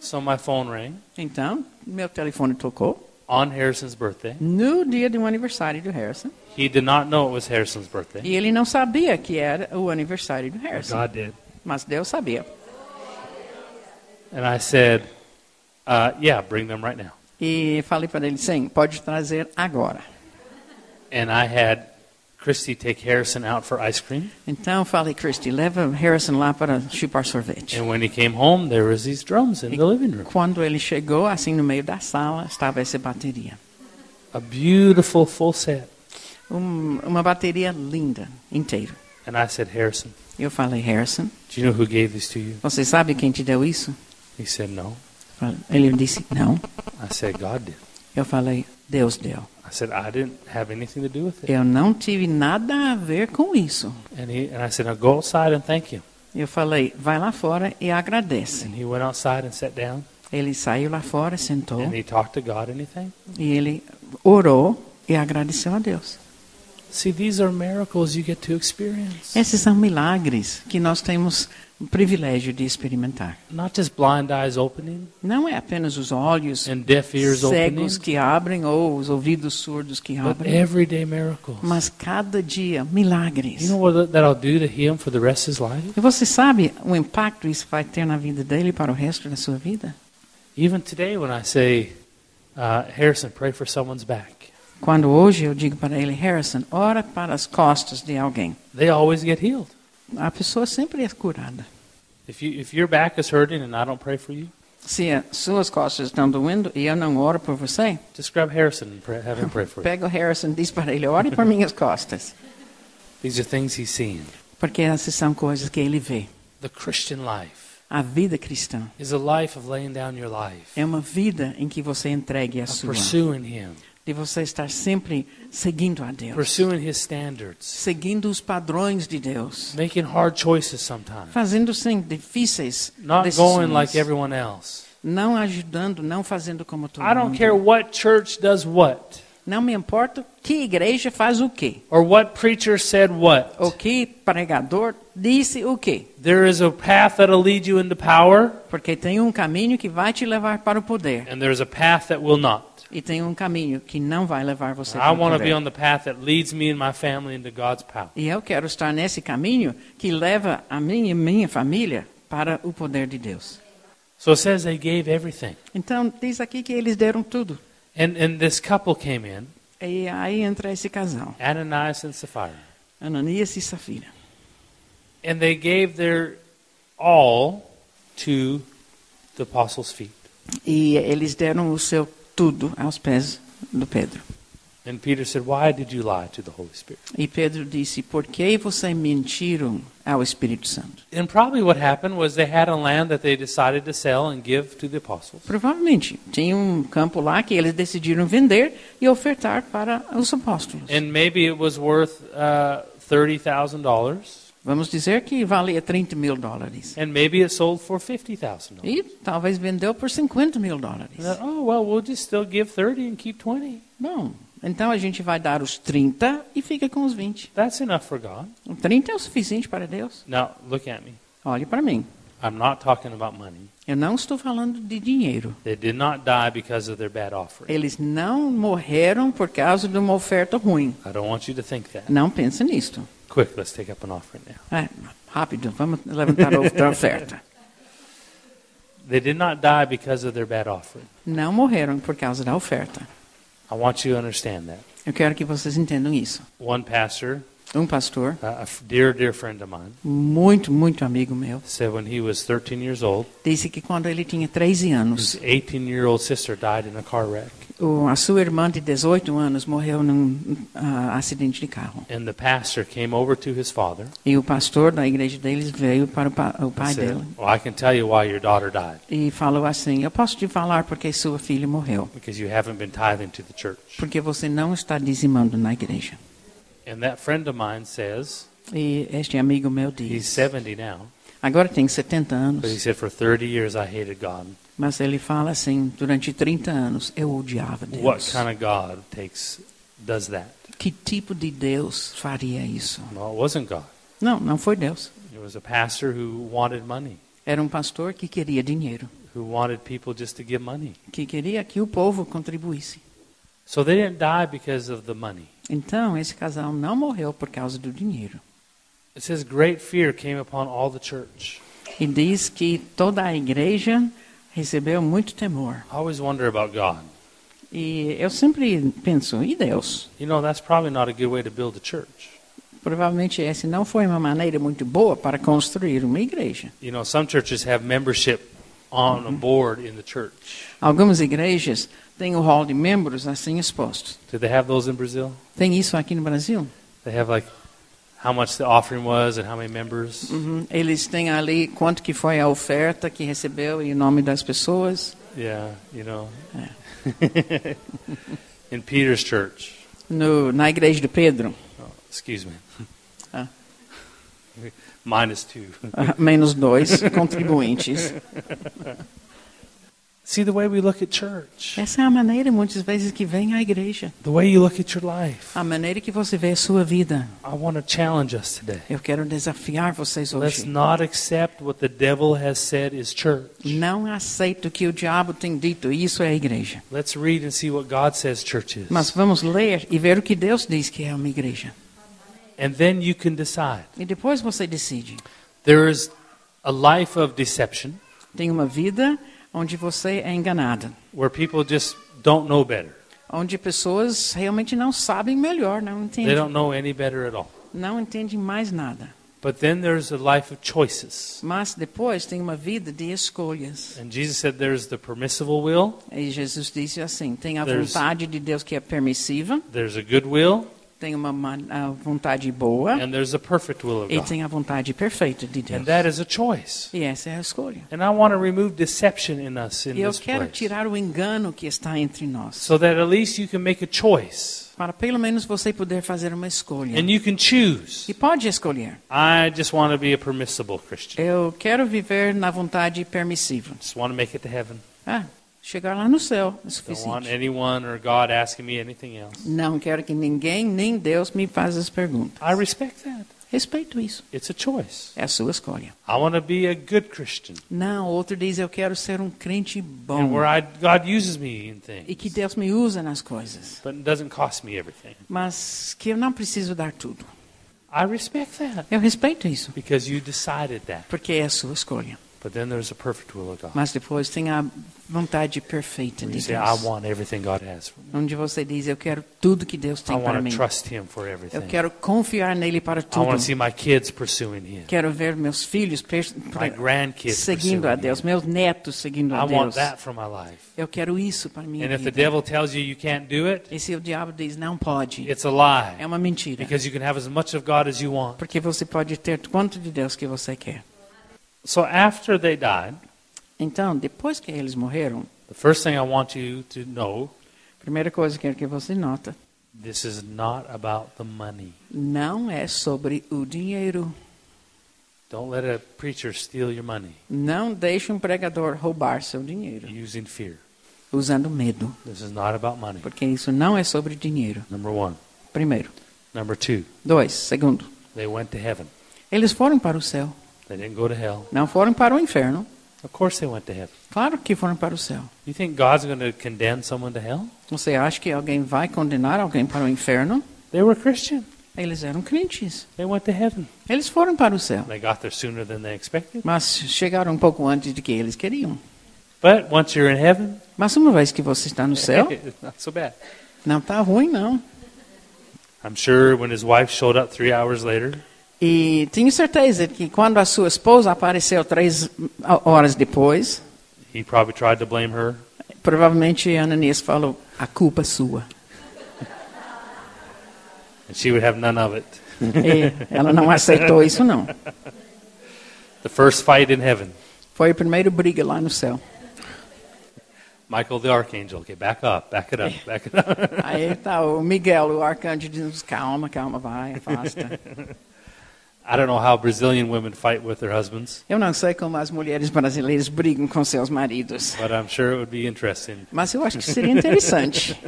A: So my phone rang
B: Então, meu telefone tocou.
A: on Harrison's birthday.
B: no dia do aniversário do Harrison.
A: He did not know it was Harrison's birthday.
B: E ele não sabia que era o aniversário do Harrison,
A: God did.
B: mas Deus sabia.
A: And I said, uh, "Yeah, bring them right now."
B: E falei para ele, sim, pode trazer agora.
A: And I had Christy take Harrison out for ice cream.
B: Então falei, Christy, leva o Harrison lá para chupar sorvete.
A: And when he came home, there was these drums in the living room.
B: Quando ele chegou, assim no meio da sala, estava essa bateria.
A: A beautiful full set.
B: Um, uma bateria linda, inteira.
A: And I said, "Harrison,
B: Eu falei, Harrison,
A: do you know who gave these to you?"
B: você sabe quem te deu isso?
A: He said, "No."
B: Ele disse, não.
A: I said, "God did."
B: Eu falei, Deus deu.
A: I said, I didn't have anything to do with it.
B: Eu não tive nada a ver com isso.
A: And, he, and I said, now go outside and thank him.
B: Eu falei, vai lá fora e agradece.
A: And he went outside and sat down
B: Ele saiu lá fora, sentou
A: and he talked to God and he thanked him.
B: e ele orou e agradeceu a Deus.
A: See, these are miracles you get to experience.
B: Esses são milagres que nós temos o privilégio de experimentar.
A: Not just blind eyes opening
B: Não é apenas os olhos
A: and deaf ears opening,
B: cegos que abrem ou os ouvidos surdos que
A: but
B: abrem,
A: everyday miracles.
B: mas cada dia
A: You
B: milagres.
A: know what that'll do to him for the rest of his life?
B: E você sabe o impacto isso vai ter na vida dele para o resto da sua vida?
A: Even today, when I say, uh, Harrison, pray for someone's back,
B: Quando hoje eu digo para ele, Harrison, ora para as costas de alguém.
A: they always get healed.
B: A pessoa sempre é curada.
A: If, you, if your back is hurting and I don't pray for you,
B: Se as suas costas estão doendo e eu não oro por você,
A: just grab Harrison and pray, have him pray for you.
B: pega o Harrison e diz para ele, ore por minhas costas.
A: These are things he's seen.
B: Porque essas são coisas que ele vê.
A: The Christian life.
B: A vida cristã
A: is a life of laying down your life,
B: é uma vida em que você entregue a
A: of
B: sua.
A: pursuing Him,
B: De você estar sempre seguindo a Deus.
A: pursuing His standards,
B: Seguindo os padrões de Deus.
A: making hard choices sometimes,
B: Fazendo, sim, difíceis
A: not going like
B: decisões.
A: everyone else.
B: Não ajudando, não fazendo como todo
A: I don't care
B: mundo.
A: what church does what,
B: Não me importa que igreja faz o quê.
A: or what preacher said
B: O
A: what.
B: que pregador disse o quê.
A: There is a path that'll lead you into power,
B: Porque tem um caminho que vai te levar para o poder
A: and there's a path that will not.
B: e tem um caminho que não vai levar você
A: I
B: para o
A: want to be
B: poder.
A: on the path that leads me and my family into God's power.
B: E eu quero estar nesse caminho que leva a mim e minha família para o poder de Deus.
A: So it says they gave everything.
B: Então diz aqui que eles deram tudo.
A: And, and this couple came in,
B: E aí entra esse casal,
A: Ananias and Sapphira.
B: Ananias e Safira.
A: And they gave their all to the apostles' feet.
B: E eles deram o seu tudo aos pés do Pedro.
A: And Peter said, Why did you lie to the Holy Spirit?
B: E Pedro disse: Por que vocês mentiram ao Espírito Santo?
A: And probably what happened was they had a land that they decided to sell and give to the apostles.
B: Provavelmente tinha um campo lá que eles decidiram vender e ofertar para os apóstolos.
A: And maybe it was worth uh, $30,000.
B: Vamos dizer que valia 30 mil dólares.
A: And maybe it sold for $50,000.
B: E talvez vendeu por 50 mil dólares.
A: And then, oh, well, we'll just still give 30 and keep 20.
B: Bom, então a gente vai dar os 30 e fica com os 20.
A: That's enough for God.
B: O 30 é o suficiente para Deus?
A: Now, look at me.
B: Olhe para mim.
A: I'm not talking about money.
B: Eu não estou falando de dinheiro.
A: They did not die because of their bad offering.
B: Eles não morreram por causa de uma oferta ruim.
A: I don't want you to think that.
B: Não pense nisto.
A: Quick, let's take up an offering now.
B: É, rápido, vamos levantar a outra oferta.
A: They did not die because of their bad offering.
B: Não morreram por causa da oferta.
A: I want you to understand that.
B: Eu quero que vocês entendam isso.
A: One pastor,
B: Um pastor,
A: uh, a f- dear, dear friend of mine,
B: muito, muito amigo meu,
A: said when he was 13 years old,
B: disse que quando ele tinha 13 anos,
A: his 18 year old sister died in a car wreck.
B: o- a sua irmã de 18 anos morreu num ah, acidente de carro.
A: And the pastor came over to his father
B: E o pastor da igreja deles veio para o, pa, o
A: and
B: pai dele
A: said, Well, I can tell you why your daughter died
B: e falou assim: Eu posso te falar porque sua filha morreu,
A: because you haven't been tithing to the church.
B: porque você não está dizimando na igreja.
A: And that friend of mine says,
B: E este amigo meu
A: He's
B: diz:
A: 70 now,
B: Agora tem 70
A: but he
B: anos,
A: said, For 30 years I hated God.
B: mas ele fala assim: Durante 30 anos eu odiava
A: What
B: Deus.
A: kind of God takes does that?
B: Que tipo de Deus faria isso?
A: Well, it wasn't God.
B: Não, não foi Deus.
A: It was a pastor who wanted money,
B: Era um pastor que queria dinheiro,
A: who wanted people just to give money.
B: que queria que o povo contribuísse.
A: So they didn't die because of the money.
B: Então, esse casal não morreu por causa do dinheiro.
A: It says great fear came upon all the church.
B: E diz que toda a igreja recebeu muito temor.
A: I always wonder about God.
B: E eu sempre penso, e Deus?
A: You know, that's probably not a good way to build a church.
B: Provavelmente essa não foi uma maneira muito boa para construir uma igreja.
A: You know, some churches have membership on a board in the church.
B: Algumas igrejas têm o hall de membros assim expostos.
A: Do they have those in Brazil?
B: Tem isso aqui no Brasil?
A: They have like how much the offering was and how many members.
B: Uhum. Eles têm ali quanto que foi a oferta que recebeu e o nome das pessoas.
A: Yeah, you know. in Peter's church.
B: No, na igreja de Pedro,
A: Oh, excuse me.
B: Ah.
A: Minus two.
B: ah, menos dois contribuintes.
A: See the way we look at church,
B: Essa é a maneira, muitas vezes, que vem à igreja.
A: the way you look at your life.
B: A maneira que você vê a sua vida.
A: I want to challenge us today.
B: Eu quero desafiar vocês
A: Let's
B: hoje.
A: not accept what the devil has said is church.
B: Não aceito que o diabo tem dito, isso é a igreja.
A: Let's read and see what God says church is.
B: Mas vamos ler e ver o que Deus diz que é uma igreja.
A: And then you can decide.
B: E depois você decide.
A: There is a life of deception
B: Tem uma vida onde você é enganado.
A: where people just don't know better.
B: Onde pessoas realmente não sabem melhor, não
A: They
B: entendem.
A: don't know any better at all.
B: Não entendem mais nada.
A: But then there's a life of choices.
B: Mas depois tem uma vida de escolhas.
A: And Jesus said there's the permissible will,
B: E Jesus disse assim: tem a
A: There's-
B: vontade de Deus que é permissiva,
A: There's a good will
B: tem uma ma- a vontade boa
A: and there's a perfect will of
B: e
A: God.
B: tem a vontade perfeita de Deus.
A: And that is a choice.
B: E essa é a escolha.
A: And I want to remove deception in us in
B: E eu
A: this
B: quero
A: place.
B: tirar o engano que está entre nós,
A: So that at least you can make a choice.
B: para pelo menos você poder fazer uma escolha.
A: And you can choose.
B: E pode escolher.
A: I just want to be a permissible Christian.
B: Eu quero viver na vontade permissiva.
A: Just want to make it to heaven.
B: Ah, chegar lá no céu é
A: Don't want
B: suficiente.
A: anyone or God asking me anything else.
B: Não quero que ninguém, nem Deus, me faça as perguntas.
A: I respect that.
B: Respeito isso.
A: It's a choice.
B: É a sua escolha.
A: I want to be a good Christian.
B: Não, outro diz eu quero ser um crente
A: And
B: bom
A: where I, God uses me in
B: e que
A: things.
B: Deus me usa nas coisas,
A: But it doesn't cost me everything.
B: mas que eu não preciso dar tudo.
A: I respect that.
B: Eu respeito isso,
A: Because you decided that.
B: porque é a sua escolha.
A: But then there's a perfect will of God.
B: Mas depois tem a vontade perfeita
A: Where
B: de
A: you say, I
B: Deus.
A: want everything God has for me.
B: Onde você Um diz, eu quero tudo que Deus
A: I
B: tem para
A: want
B: mim.
A: to trust Him for
B: Eu
A: everything.
B: quero confiar nele para
A: I
B: tudo.
A: want to see my kids pursuing Him,
B: Quero ver meus filhos pers-
A: my grandkids pursuing
B: seguindo a Deus,
A: Him.
B: meus netos seguindo
A: I
B: a
A: want
B: Deus.
A: that for my life.
B: Eu quero isso para minha
A: And if the
B: vida.
A: devil tells you you can't do it,
B: E se o diabo diz, não pode,
A: it's a lie.
B: é uma mentira.
A: Because you can have as much of God as you want.
B: Porque você pode ter quanto de Deus que você quer.
A: So after they died,
B: Então, depois que eles morreram,
A: the first thing I want you to know
B: primeira coisa que eu quero que você nota,
A: this is not about the money.
B: não é sobre o dinheiro.
A: Don't let a preacher steal your money
B: Não deixe um pregador roubar seu dinheiro
A: using fear.
B: usando medo,
A: This is not about money.
B: porque isso não é sobre dinheiro.
A: Number one.
B: Primeiro.
A: Number two,
B: Dois, segundo.
A: they went to heaven.
B: Eles foram para o céu,
A: They didn't go to hell.
B: não foram para o inferno.
A: Of course they went to heaven.
B: Claro que foram para o céu.
A: You think God's going to condemn someone to hell?
B: Você acha que alguém vai condenar alguém para o inferno?
A: They were Christian.
B: Eles eram crentes.
A: They went to heaven.
B: Eles foram para o céu,
A: They got there sooner than they expected.
B: mas chegaram um pouco antes do que eles queriam.
A: But once you're in heaven,
B: Mas uma vez que você está no céu,
A: it's not so bad.
B: não está ruim não.
A: I'm sure when his wife showed up three hours later,
B: E tenho certeza que quando a sua esposa apareceu três horas depois,
A: he probably tried to blame her.
B: provavelmente Ananias falou: a culpa é sua.
A: And she would have none of it.
B: E ela não aceitou isso não.
A: The first fight in heaven.
B: Foi a primeira briga lá no céu.
A: Michael the archangel. Okay, back up, back it up, back it up.
B: Aí está o Miguel, o arcanjo, dizendo: calma, calma, vai, afasta.
A: I don't know how Brazilian women fight with their husbands,
B: Eu não sei como as mulheres brasileiras brigam com seus maridos,
A: but I'm sure it would be interesting.
B: mas eu acho que seria interessante.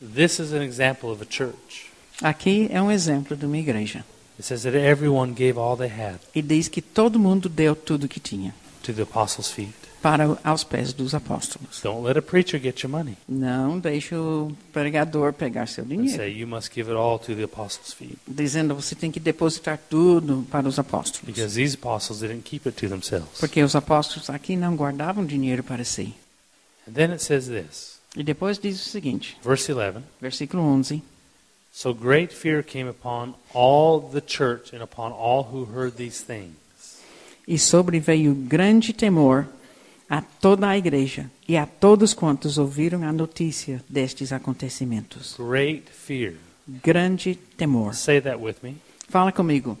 A: This is an example of a church.
B: Aqui é um exemplo de uma igreja.
A: It says that everyone gave all they had
B: E diz que todo mundo deu tudo que tinha
A: to the apostles' feet.
B: para o- aos pés dos apóstolos.
A: Don't let a preacher get your money
B: Não deixe o pregador pegar seu
A: and
B: dinheiro,
A: say you must give it all to the apostles' feet
B: dizendo você tem que depositar tudo para os apóstolos.
A: because these apostles didn't keep it to themselves.
B: Porque os apóstolos aqui não guardavam dinheiro para si.
A: And then it says this,
B: E depois diz o seguinte,
A: verse 11.
B: versículo 11:
A: So great fear came upon all the church and upon all who heard these things.
B: E sobreveio grande temor a toda a igreja e a todos quantos ouviram a notícia destes acontecimentos.
A: Great fear.
B: Grande temor.
A: Say that with me.
B: Fala comigo.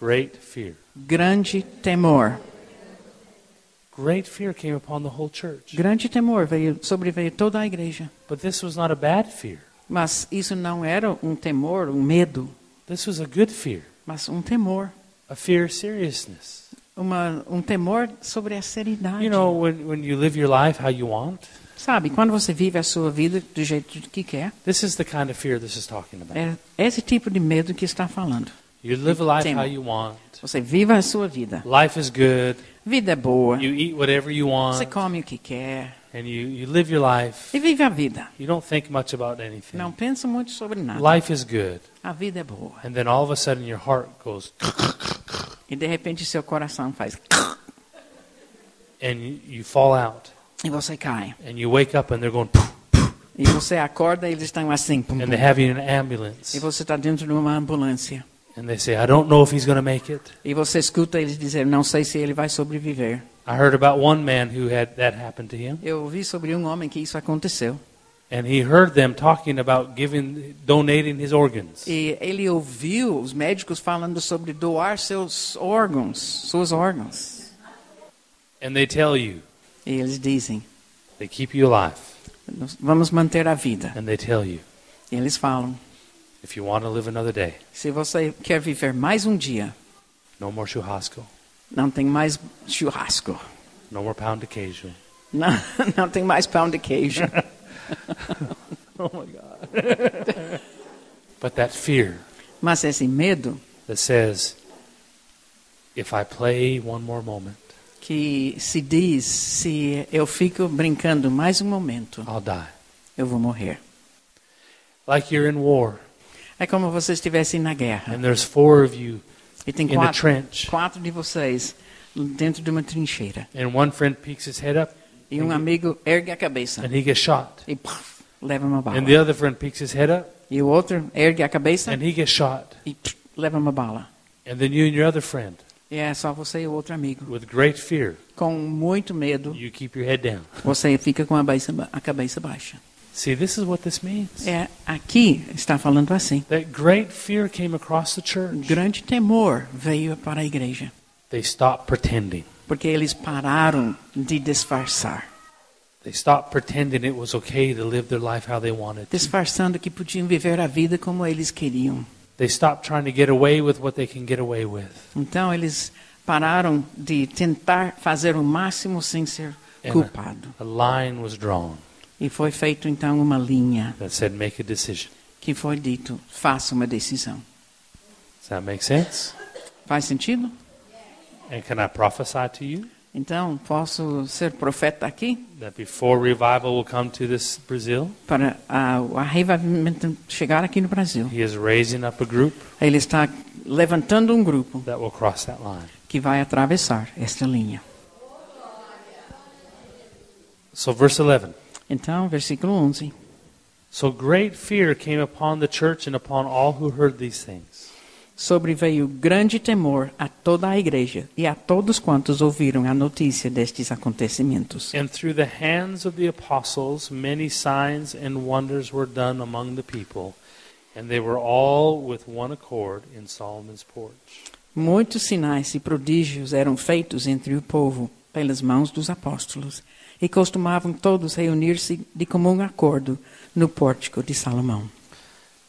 A: Great fear.
B: Grande temor.
A: Great fear came upon the whole church.
B: Grande temor veio, sobreveio toda a igreja.
A: But this was not a bad fear.
B: Mas isso não era um temor, um medo,
A: This was a good fear,
B: mas um temor.
A: a fear of seriousness.
B: Uma, um temor sobre a seriedade.
A: You know, when, when you live your life how you want,
B: Sabe, quando você vive a sua vida do jeito que quer,
A: this is the kind of fear this is talking about.
B: é esse tipo de medo que está falando.
A: You live life
B: Temor.
A: how you want.
B: Você viva a sua vida.
A: Life is good.
B: Vida é boa.
A: You eat whatever you
B: Você
A: want.
B: come o que quer.
A: And you, you live your life.
B: E vive a vida.
A: You don't think much about anything.
B: É. Não pensa muito sobre nada.
A: Life is good.
B: A vida é boa.
A: And then all of a sudden your heart goes,
B: E de repente seu coração faz.
A: and you, you fall out.
B: E você cai.
A: And you wake up and they're going,
B: E você acorda e eles estão assim. pum,
A: and
B: pum.
A: they have you in an
B: E
A: ambulance.
B: você está dentro de uma ambulância.
A: And they say, I don't know if he's going to make it.
B: E você escuta eles dizer: Não sei se ele vai sobreviver.
A: I heard about one man who had that happen to him,
B: Eu ouvi sobre um homem que isso aconteceu.
A: and he heard them talking about giving, donating his organs.
B: E ele ouviu os médicos falando sobre doar seus órgãos, seus órgãos.
A: And they tell you,
B: E eles dizem:
A: they keep you alive,
B: "Nós Vamos manter a vida.
A: and they tell you,
B: E eles falam:
A: if you want to live another day,
B: Se você quer viver mais um dia,
A: no more churrasco,
B: não tem mais churrasco.
A: no more pound occasion.
B: Não, não tem mais pão de queijo.
A: Oh my God. but that fear
B: Mas esse medo
A: that says, if I play one more moment,
B: que se diz, se eu fico brincando mais um momento,
A: I'll die.
B: eu vou morrer.
A: Like you're in war,
B: É como se vocês estivessem na guerra.
A: and there's four of you
B: E tem
A: in a
B: quatro,
A: trench,
B: quatro de vocês dentro de uma trincheira.
A: And one friend peeks his head up
B: E um amigo ergue a cabeça
A: and he gets shot.
B: e puf, leva uma bala.
A: And the other friend peeks his head up
B: E o outro ergue a cabeça
A: and he gets shot.
B: e puf, leva uma bala.
A: And then you and your other friend,
B: E é só você e o outro amigo.
A: with great fear,
B: Com muito medo,
A: you keep your head down.
B: você fica com a cabeça, ba- a cabeça baixa.
A: See, this is what this means.
B: É, aqui está falando assim.
A: That great fear came across the church.
B: Grande temor veio para a igreja,
A: They stopped pretending.
B: porque eles pararam de disfarçar,
A: They stopped pretending it was okay to live their life how they wanted. to.
B: disfarçando que podiam viver a vida como eles queriam.
A: They stopped trying to get away with what they can get away with.
B: Então eles pararam de tentar fazer o máximo sem ser
A: É,
B: culpado.
A: A line was drawn
B: E foi feito então uma linha
A: that said, make a decision.
B: que foi dito: faça uma decisão.
A: Does that make sense?
B: Faz sentido?
A: And can I prophesy to you
B: Então posso ser profeta aqui
A: that before revival will come to this Brazil,
B: para a, o arrevamento chegar aqui no Brasil.
A: he is raising up a group
B: Ele está levantando um grupo
A: that will cross that line.
B: que vai atravessar esta linha.
A: So, verse 11.
B: Então, versículo 11.
A: So great fear came upon the church and upon all who heard these things.
B: Sobreveio grande temor a toda a igreja e a todos quantos ouviram a notícia destes acontecimentos.
A: And through the hands of the apostles, many signs and wonders were done among the people, and they were all with one accord in Solomon's porch.
B: Muitos sinais e prodígios eram feitos entre o povo pelas mãos dos apóstolos e costumavam todos reunir-se de comum acordo no pórtico de Salomão.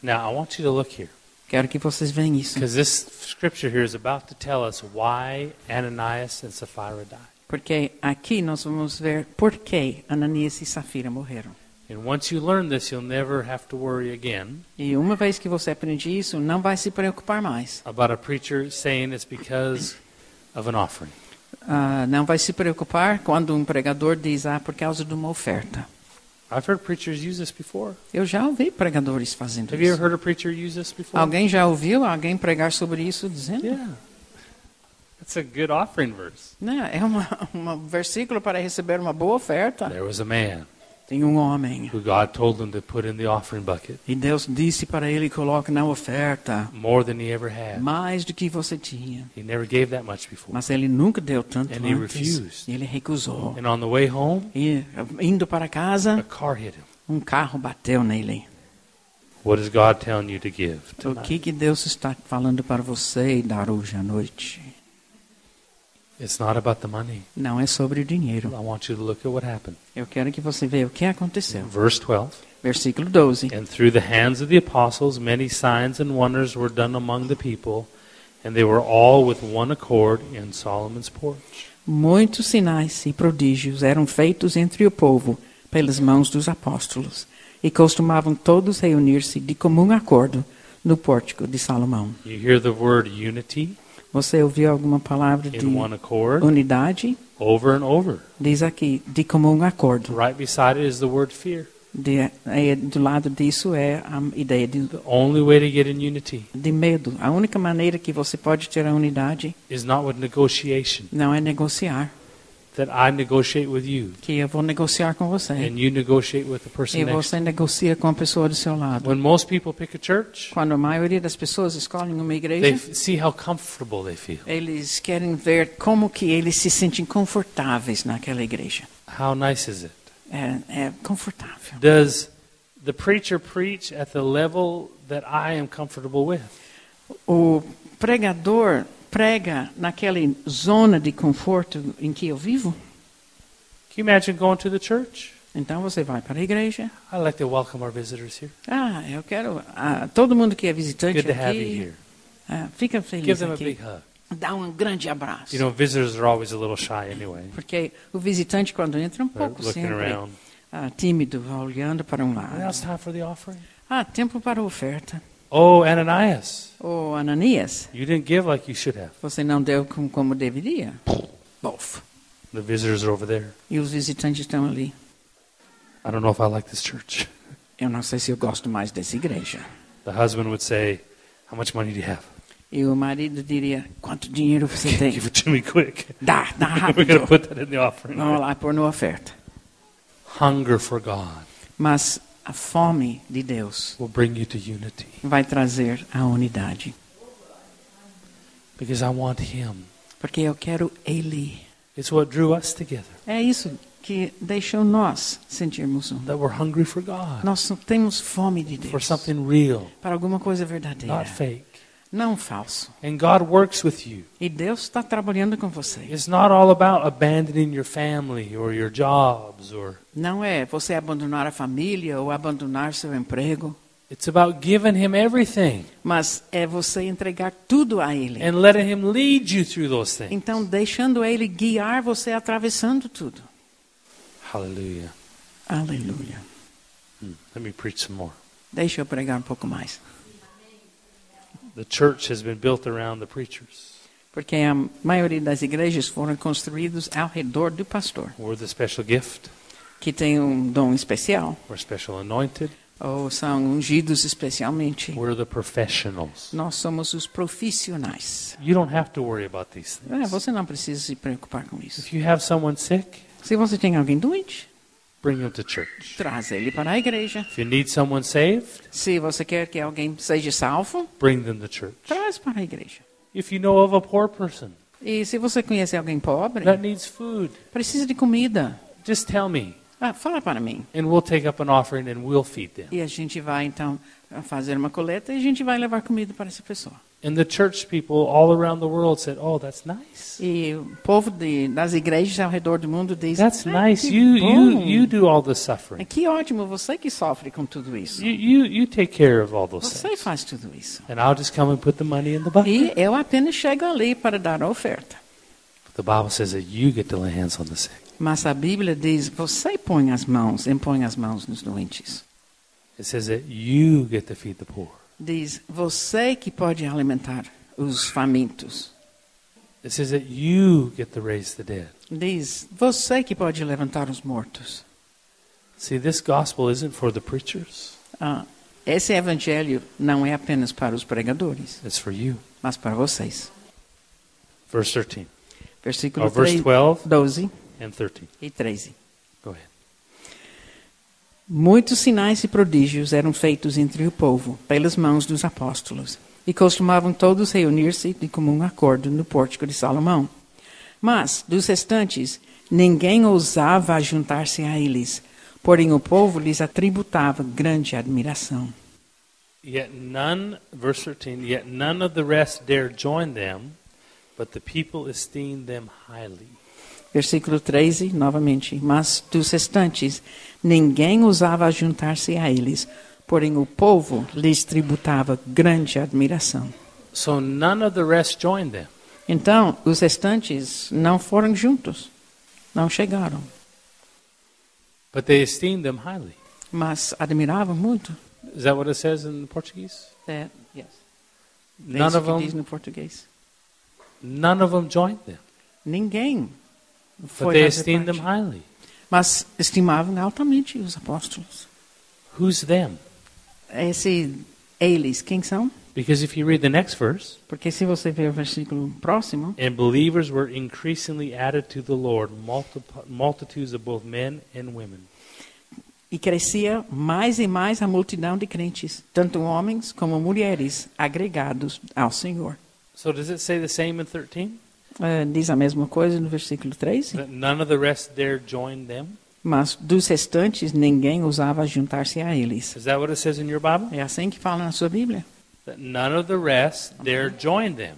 A: Now, I want you to look here,
B: Quero que vocês vejam isso,
A: because this scripture here is about to tell us why Ananias and Sapphira died.
B: porque aqui nós vamos ver por que Ananias e Safira morreram.
A: And once you learn this, you'll never have to worry again
B: E uma vez que você aprende isso, não vai se preocupar mais.
A: about a preacher saying it's because of an offering.
B: Ah, não vai se preocupar quando um pregador diz, ah, por causa de uma oferta.
A: I've heard preachers use this before.
B: Eu já ouvi pregadores fazendo
A: Have you ever
B: isso.
A: heard a preacher use this before?
B: Alguém já ouviu alguém pregar sobre isso dizendo?
A: Yeah. That's a good offering verse.
B: Não, é uma- uma- um versículo para receber uma boa oferta.
A: There was a man
B: Tem um homem
A: who God told him to put in the offering bucket
B: e Deus disse para ele, coloque na oferta
A: more than he ever had.
B: mais do que você tinha.
A: He never gave that much before.
B: Mas ele nunca deu tanto
A: And he
B: antes.
A: refused.
B: E ele recusou.
A: And on the way home,
B: E indo para
A: a
B: casa,
A: car hit him.
B: um carro bateu nele.
A: What is God telling you to give?
B: O que, que Deus está falando para você e dar hoje à noite?
A: It's not about the money.
B: Não é sobre o
A: I
B: dinheiro.
A: want you to look at what happened.
B: Eu quero que você veja o que aconteceu.
A: Verse 12.
B: Versículo 12.
A: And through the hands of the apostles, many signs and wonders were done among the people, and they were all with one accord in Solomon's porch.
B: Muitos sinais e prodígios eram feitos entre o povo pelas mãos dos apóstolos e costumavam todos reunir-se de comum acordo no pórtico de Salomão.
A: You hear the word unity
B: Você ouviu alguma palavra de
A: in one accord
B: unidade?
A: over and over.
B: Diz aqui, de comum acordo.
A: Right beside it is the word fear.
B: De, é, do lado disso é a ideia de
A: The only way to get in unity
B: de medo. A única maneira que você pode ter a unidade
A: is not with negotiation.
B: não é negociar,
A: That I negotiate with you
B: que eu vou negociar com você.
A: and you negotiate with the person
B: E
A: next.
B: você negocia com a pessoa do seu lado.
A: When most people pick a church,
B: Quando a maioria das pessoas escolhem uma
A: they
B: igreja,
A: f- see how comfortable they feel,
B: eles querem ver como que eles se sentem confortáveis naquela igreja.
A: how nice is it.
B: É, é confortável.
A: Does the preacher preach at the level that I am comfortable with?
B: O pregador prega naquela zona de conforto em que eu vivo.
A: Can you imagine going to the church?
B: Então você vai para a igreja.
A: I'd like to welcome our visitors here.
B: Ah, eu quero. Ah, todo mundo que é visitante
A: Good to have you
B: aqui.
A: here.
B: Ah, fica
A: Give
B: feliz
A: them a
B: aqui.
A: big hug.
B: dá um grande abraço.
A: You know, visitors are always a little shy anyway.
B: porque o visitante, quando entra, é um
A: They're
B: pouco
A: looking
B: sempre
A: around.
B: ah, tímido, vai olhando para um
A: Now it's
B: lado.
A: time for the offering.
B: Ah, tempo para a oferta.
A: Oh, Ananias.
B: Ô, Ananias,
A: You didn't give like you should have.
B: você não deu com, como deveria? Bof.
A: The visitors are over there.
B: E os visitantes estão ali.
A: I don't know if I like this church.
B: Eu não sei se eu gosto mais dessa igreja.
A: The husband would say, How much money do you have?
B: E o marido diria: Quanto dinheiro você tem?
A: Give it to me quick.
B: Dá, dá
A: We're going to
B: rápido.
A: put that in the offering.
B: Vamos lá, pôr na oferta.
A: Hunger for God
B: Mas a fome de Deus
A: will bring you to unity
B: vai trazer a unidade.
A: because I want Him.
B: Porque eu quero Ele.
A: It's what drew us together
B: É isso que deixou nós sentirmos um.
A: that we're hungry for God,
B: Nós só temos fome de Deus.
A: for something real,
B: Para alguma coisa
A: not
B: verdadeira.
A: fake.
B: Não falso.
A: And God works with you.
B: E Deus está trabalhando com você.
A: It's not all about abandoning your family or your jobs or
B: Não é você abandonar a família ou abandonar seu emprego.
A: it's about giving him everything
B: Mas é você entregar tudo a Ele.
A: and letting him lead you through those things.
B: Então, deixando Ele guiar você atravessando tudo.
A: Hallelujah.
B: Aleluia.
A: Let me preach some more.
B: Deixa eu pregar um pouco mais.
A: The church has been built around the preachers.
B: Porque a maioria das igrejas foram construídas ao redor do pastor,
A: We're the special gift.
B: que tem um dom especial,
A: We're special anointed.
B: ou são ungidos especialmente.
A: We're the professionals.
B: Nós somos os profissionais.
A: You don't have to worry about these
B: É,
A: things.
B: você não precisa se preocupar com isso.
A: If you have someone sick,
B: Se você tem alguém doente,
A: bring them to church.
B: traz ele para a igreja.
A: If you need someone saved,
B: Se você quer que alguém seja salvo,
A: bring them to church.
B: traz para a igreja.
A: If you know of a poor person
B: E se você conhece alguém pobre,
A: that needs food,
B: precisa de comida,
A: just tell me
B: ah, fala para mim.
A: and we'll take up an offering and we'll feed them.
B: E a gente vai então fazer uma coleta e a gente vai levar comida para essa pessoa.
A: And the church people all around the world said, "Oh, that's nice.
B: E o povo de, das igrejas ao redor do mundo diz:
A: That's
B: "Ah,
A: nice.
B: que
A: You you
B: bom.
A: you do all the
B: É
A: suffering.
B: Que ótimo, você que sofre com tudo isso.
A: You you you take care of all those
B: Você
A: things.
B: faz tudo isso.
A: And I'll just come and put the money in the bucket."
B: E eu apenas chego ali para dar a oferta.
A: But the Bible says that you get to lay hands on the sick.
B: Mas a Bíblia diz: você põe as mãos, impõe as mãos nos doentes.
A: It says that you get to feed the poor.
B: Diz: você que pode alimentar os famintos.
A: It says that you get to raise the dead.
B: Diz: você que pode levantar os mortos.
A: See, this gospel isn't for the preachers.
B: Ah, esse evangelho não é apenas para os pregadores,
A: It's for you.
B: mas para vocês.
A: Verse 13
B: Versículo
A: or verse
B: 3,
A: 12
B: 12
A: and 13.
B: e 13.
A: Go ahead.
B: Muitos sinais e prodígios eram feitos entre o povo, pelas mãos dos apóstolos, e costumavam todos reunir-se de comum acordo no pórtico de Salomão. Mas, dos restantes, ninguém ousava juntar-se a eles, porém o povo lhes atributava grande admiração.
A: Yet none, verse 13, yet none of the rest dare join them, but the people esteemed them highly.
B: Versículo 13, novamente. Mas dos restantes, ninguém ousava juntar-se a eles, porém o povo lhes tributava grande admiração.
A: So none of the rest joined them.
B: Então, os restantes não foram juntos, não chegaram,
A: But they esteemed them highly.
B: mas admiravam muito.
A: Is that what it says in Portuguese?
B: É, yes. É
A: None
B: isso
A: of
B: que diz
A: them,
B: no português.
A: none of them joined them.
B: Ninguém
A: But
B: foi
A: they
B: fazer
A: esteemed them
B: parte.
A: highly.
B: Mas estimavam altamente os apóstolos.
A: Who's them?
B: Esse eles, quem são?
A: Because if you read the next verse,
B: Porque se você ver o versículo próximo,
A: and believers were increasingly added to the Lord, multiple, multitudes of both men and women.
B: e crescia mais e mais a multidão de crentes, tanto homens como mulheres, agregados ao Senhor.
A: So does it say the same in 13?
B: Eh, diz a mesma coisa no versículo 13?
A: That none of the rest dare join them?
B: Mas dos restantes ninguém ousava juntar-se a eles.
A: Is that what it says in your Bible?
B: É assim que fala na sua Bíblia.
A: that none of the rest dare join them.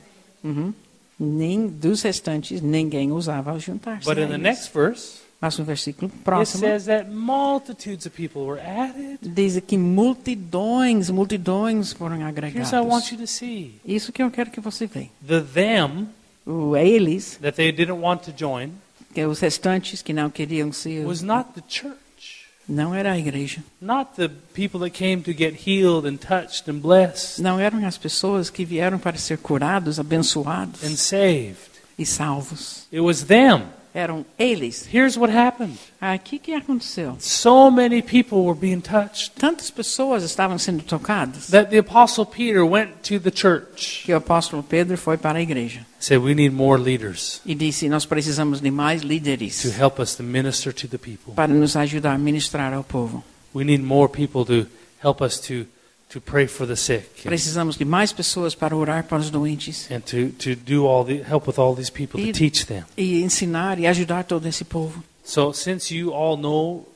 B: Nem dos restantes ninguém ousava juntar-se.
A: But
B: a
A: in the
B: eles.
A: next verse,
B: Mas no versículo
A: it
B: próximo
A: says that multitudes of people were added.
B: diz que multidões, multidões foram
A: Here's what I want
B: agregados.
A: you to see.
B: Isso que eu quero que você veja.
A: The them
B: O eles,
A: that they didn't want to join
B: que é os restantes que não queriam se
A: was not the church,
B: não era a igreja,
A: not the people that came to get healed and touched and blessed
B: não eram as pessoas que vieram para ser curados, abençoados
A: and saved.
B: e salvos.
A: It was them
B: É- eram eles.
A: Here's what happened
B: Aí, o que, que aconteceu?
A: so many people were being touched
B: Tantas pessoas estavam sendo tocadas
A: that the Apostle Peter went to the church
B: que o apóstolo Pedro foi para a igreja
A: and said, We need more leaders
B: e disse: Nós precisamos de mais
A: to
B: líderes
A: help us to minister to the people.
B: para nos ajudar a ministrar ao povo.
A: We need more people to help us to, to pray for the sick and,
B: Precisamos de mais pessoas para orar para os doentes
A: and to, to do all the help with all these people to
B: Peter-
A: teach them.
B: e ensinar e ajudar todo esse povo.
A: So, since you all know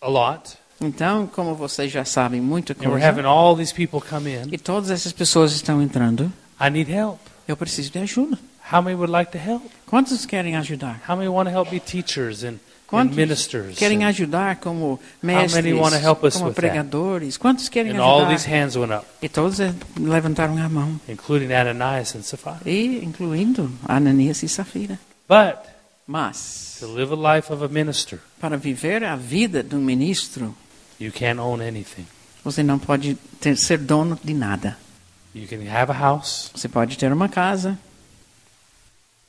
A: a lot,
B: Então, como vocês já sabem, muita
A: and we're
B: coisa.
A: having all these people come in,
B: E todas essas pessoas estão entrando.
A: I need help.
B: Eu preciso de ajuda.
A: How many would like to help?
B: Quantos querem ajudar?
A: How many want to help be teachers and, and
B: Quantos
A: ministers?
B: querem
A: And,
B: ajudar como
A: many
B: mestres,
A: wanna help us
B: como
A: with that?
B: pregadores? Quantos querem
A: and all these
B: ajudar?
A: hands went up,
B: E todos eh, levantaram a mão,
A: including Ananias and Sapphira.
B: e incluindo Ananias e Safira.
A: But
B: Mas
A: to live a life of a minister,
B: para viver a vida de um ministro,
A: you can't own anything.
B: você não pode ter, ser dono de nada.
A: You can have a house,
B: Você pode ter uma casa,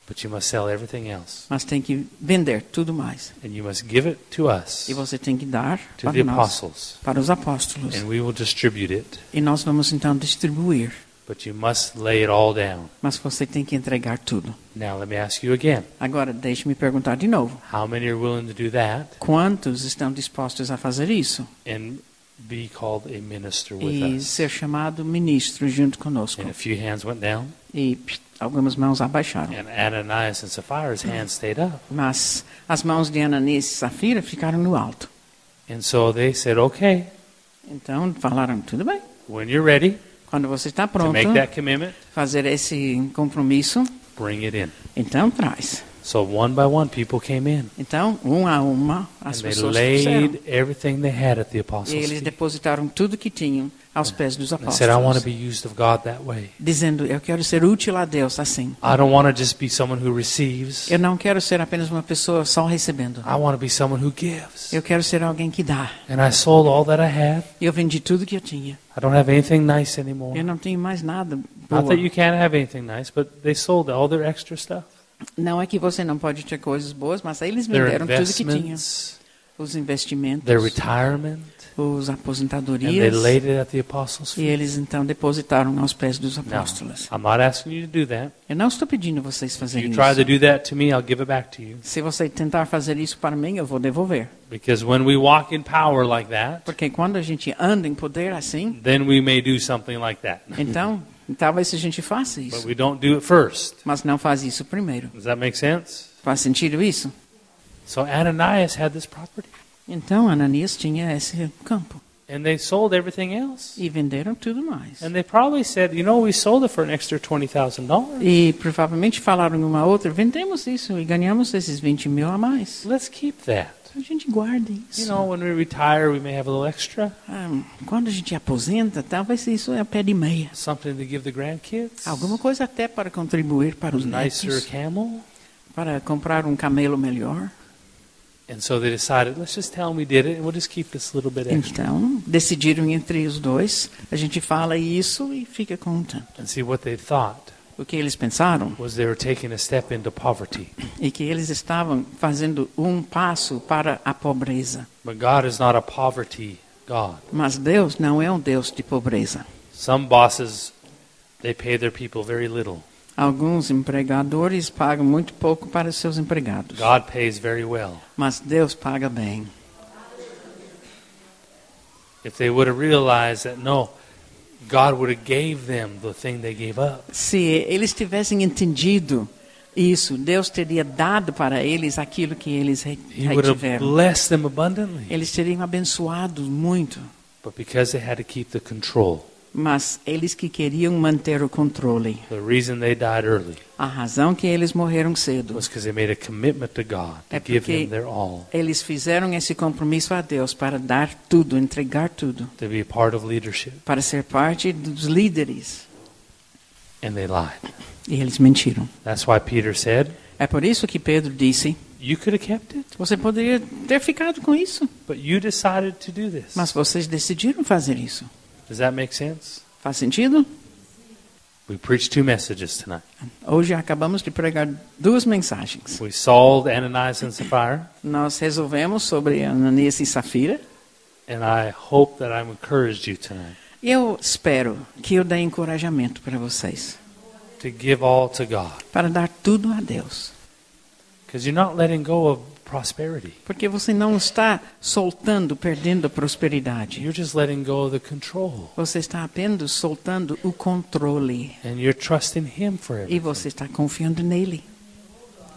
A: but you must sell everything else.
B: mas tem que vender tudo mais.
A: And you must give it to us,
B: E você tem que dar
A: to the
B: para nós,
A: apostles, É.
B: para os apóstolos.
A: and we will distribute it.
B: E nós vamos então distribuir.
A: But you must lay it all down.
B: Mas você tem que entregar tudo.
A: Now, let me ask you again
B: Agora, deixe-me perguntar de novo.
A: how many are willing to do that
B: Quantos estão dispostos a fazer isso?
A: and be called a minister with
B: E
A: us?
B: ser chamado ministro junto conosco.
A: And a few hands went down,
B: E psh, algumas mãos abaixaram.
A: and Ananias and Sapphira's hands stayed up.
B: Mas as mãos de Ananias e Safira ficaram no alto.
A: And so they said, okay,
B: Então falaram, tudo bem.
A: when you're ready
B: Quando você está
A: to
B: pronto
A: make that commitment,
B: fazer esse compromisso,
A: bring it in.
B: então traz.
A: So one by one, people came in.
B: Então, uma a uma,
A: And
B: as
A: they
B: pessoas trouxeram.
A: laid everything they had at the
B: E
A: apostles'
B: eles
A: feet.
B: depositaram tudo que tinham aos pés dos
A: They said, I want to
B: apóstolos.
A: be used of God that way.
B: Dizendo, eu quero ser útil a Deus assim.
A: I don't want to just be someone who receives.
B: Eu não quero ser apenas uma pessoa só recebendo.
A: I want to be someone who gives.
B: Eu quero ser alguém que dá.
A: And I sold all that I had.
B: Eu vendi tudo que eu tinha.
A: I don't have anything nice
B: Eu
A: anymore.
B: não tenho mais nada
A: Not
B: boa.
A: that you can't have anything nice, but they sold all their extra stuff.
B: Não é que você não pode ter coisas boas, mas aí eles me
A: Their
B: deram tudo que tinham.
A: investments,
B: Os investimentos,
A: their retirement.
B: os
A: And they
B: aposentadorias.
A: laid it at the apostles'
B: E
A: feet.
B: eles então depositaram aos pés dos
A: Now,
B: apóstolos.
A: I'm not asking you to do that.
B: Eu não estou pedindo vocês
A: If
B: fazerem
A: you try to
B: isso.
A: do that to me, I'll give it back to you.
B: Se você tentar fazer isso para mim, eu vou devolver.
A: Because when we walk in power like that,
B: Porque quando a gente anda em poder assim,
A: then we may do something like that.
B: então talvez a gente faça
A: But
B: isso.
A: we don't do it first.
B: Mas não faz isso primeiro.
A: Does that make sense?
B: Faz sentido isso?
A: So Ananias had this property,
B: Então Ananias tinha esse campo.
A: and they sold everything else.
B: E venderam tudo mais.
A: And they probably said, you know, we sold it for an extra twenty thousand dollars.
B: E provavelmente falaram uma outra, vendemos isso e ganhamos esses 20 mil a mais.
A: Let's keep that.
B: A gente guarda
A: You
B: isso.
A: know, when we retire, we may have a little extra,
B: Ah, quando a gente aposenta, talvez isso é pé de meia.
A: something to give the grandkids.
B: Alguma coisa até para contribuir para os
A: nicer
B: netos,
A: camel.
B: para comprar um camelo melhor.
A: And so they decided, let's just tell them we did it, and we'll just keep this little bit extra
B: Então, decidiram entre os dois, a gente fala isso e fica contando.
A: and see what they thought
B: O que eles pensaram
A: was they were taking a step into poverty.
B: é que eles estavam fazendo um passo para a pobreza.
A: But God is not a poverty God.
B: Mas Deus não é um Deus de pobreza.
A: Some bosses, they pay their people very little.
B: Alguns empregadores pagam muito pouco para os seus empregados,
A: God pays very well.
B: mas Deus paga bem.
A: If they would have realized that, no, God would have gave them the thing they gave up.
B: Se eles tivessem entendido isso, Deus teria dado para eles aquilo que eles re-
A: He would have
B: retiveram.
A: blessed them abundantly.
B: Eles teriam abençoado muito,
A: But because they had to keep the control,
B: mas eles que queriam manter o controle.
A: the reason they died early
B: A razão que eles morreram cedo,
A: was because they made a commitment to God to
B: É
A: give
B: porque-
A: Him their all,
B: eles fizeram esse compromisso a Deus para dar tudo, entregar tudo,
A: to be a part of leadership,
B: para ser parte dos líderes.
A: and they lied.
B: E eles mentiram.
A: That's why Peter said,
B: É por isso que Pedro disse:
A: "You could have kept it,
B: Você poderia ter ficado com isso,
A: but you decided to do this."
B: mas vocês decidiram fazer isso.
A: Does that make sense?
B: Faz sentido?
A: We preached two messages tonight.
B: Hoje acabamos de pregar duas mensagens.
A: We solved Ananias and Sapphira,
B: Nós resolvemos sobre Ananias e Safira.
A: and I hope that I've encouraged you tonight
B: Eu espero que eu dê encorajamento para vocês,
A: to give all to God.
B: para dar tudo a Deus.
A: Because you're not letting go of prosperity,
B: Porque você não está soltando, perdendo a prosperidade.
A: you're just letting go of the control.
B: Você está apenas soltando o controle.
A: And you're trusting Him for
B: E
A: everything.
B: você está confiando nele.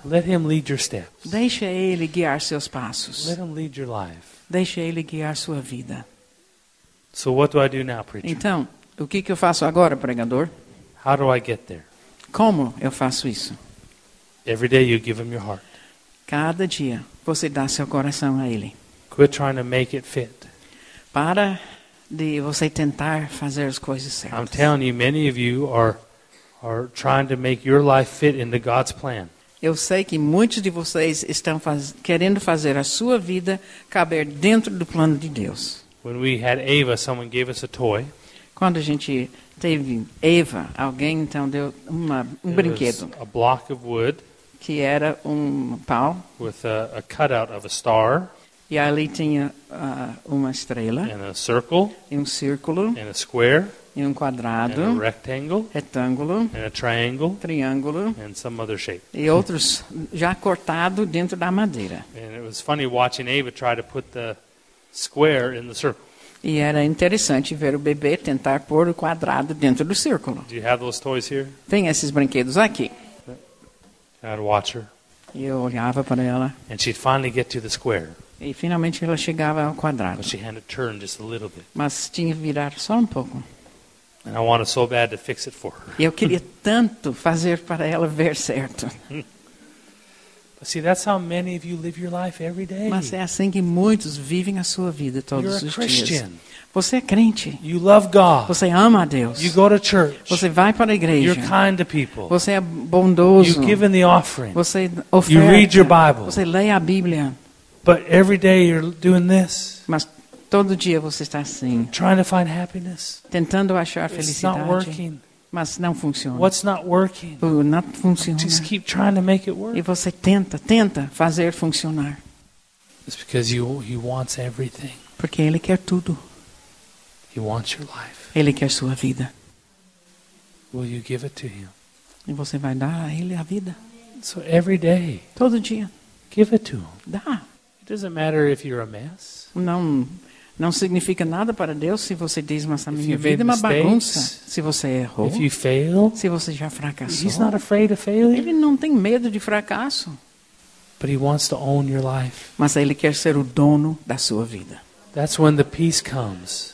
A: Let Him lead your steps,
B: Deixa ele guiar seus passos.
A: let Him lead your life.
B: Deixa ele guiar sua vida.
A: So, what do I do now, preacher?
B: Então, o que, que eu faço agora, pregador?
A: How do I get there?
B: Como eu faço isso?
A: Every day you give Him your heart.
B: Cada dia você dá seu coração a ele.
A: Quit trying to make it fit.
B: Para de você tentar fazer as coisas
A: I'm
B: certas.
A: telling you, many of you are are trying to make your life fit into God's plan.
B: Eu sei que muitos de vocês estão faz... querendo fazer a sua vida caber dentro do plano de Deus.
A: When we had Ava, someone gave us a toy.
B: Quando a gente teve Eva, alguém então deu uma, um
A: It
B: brinquedo
A: was a block of wood
B: que era um pau
A: with a, a cutout of a star
B: e ali tinha ah, uma estrela,
A: and a circle
B: e um círculo,
A: and a square
B: e um
A: and a
B: quadrado,
A: rectangle
B: retângulo,
A: and a triangle
B: triângulo
A: and some other shape.
B: e outros já cortado dentro da madeira.
A: And it was funny watching Ava try to put the square in the circle.
B: E era interessante ver o bebê tentar pôr o quadrado dentro do círculo.
A: Do you have those toys here?
B: Tem esses brinquedos aqui.
A: And I'd watch her.
B: E eu olhava para ela
A: And she'd finally get to the square.
B: e finalmente ela chegava ao quadrado,
A: But she had to turn just a little bit.
B: mas tinha que virar só um pouco.
A: And I wanted so bad to fix it for her.
B: E eu queria tanto fazer para ela ver certo.
A: But see, that's how many of you live your life every day.
B: Mas é assim que muitos vivem a sua vida
A: You're
B: todos
A: a
B: os dias.
A: Christian.
B: Você é crente.
A: You love God.
B: Você ama a Deus.
A: You go to church.
B: Você vai para a
A: You're
B: igreja.
A: kind to people.
B: Você é bondoso.
A: You give in the offering.
B: Você
A: You read your
B: oferta.
A: Bible.
B: Você lê a Bíblia.
A: But every day you're doing this,
B: Mas todo dia você está assim,
A: trying to find happiness.
B: tentando achar
A: It's not
B: felicidade,
A: working.
B: mas não funciona.
A: What's not working?
B: O Não funciona.
A: Just keep trying to make it
B: E
A: work.
B: você tenta, tenta fazer funcionar,
A: It's because you, He wants everything.
B: porque ele quer tudo.
A: He wants your life.
B: Ele quer sua vida.
A: Will you give it to Him?
B: E você vai dar a ele a vida
A: So every day,
B: todo dia.
A: give it to Him.
B: Dá.
A: It doesn't matter if you're a mess,
B: Não, não significa nada para Deus se você diz, mas a
A: If
B: minha
A: you made
B: vida é uma
A: mistakes,
B: bagunça. Se você errou,
A: if you fail.
B: se você já
A: He's
B: fracassou.
A: not afraid of failure,
B: Ele não tem medo de fracasso,
A: but he wants to own your life.
B: mas ele quer ser o dono da sua vida.
A: That's when the peace comes.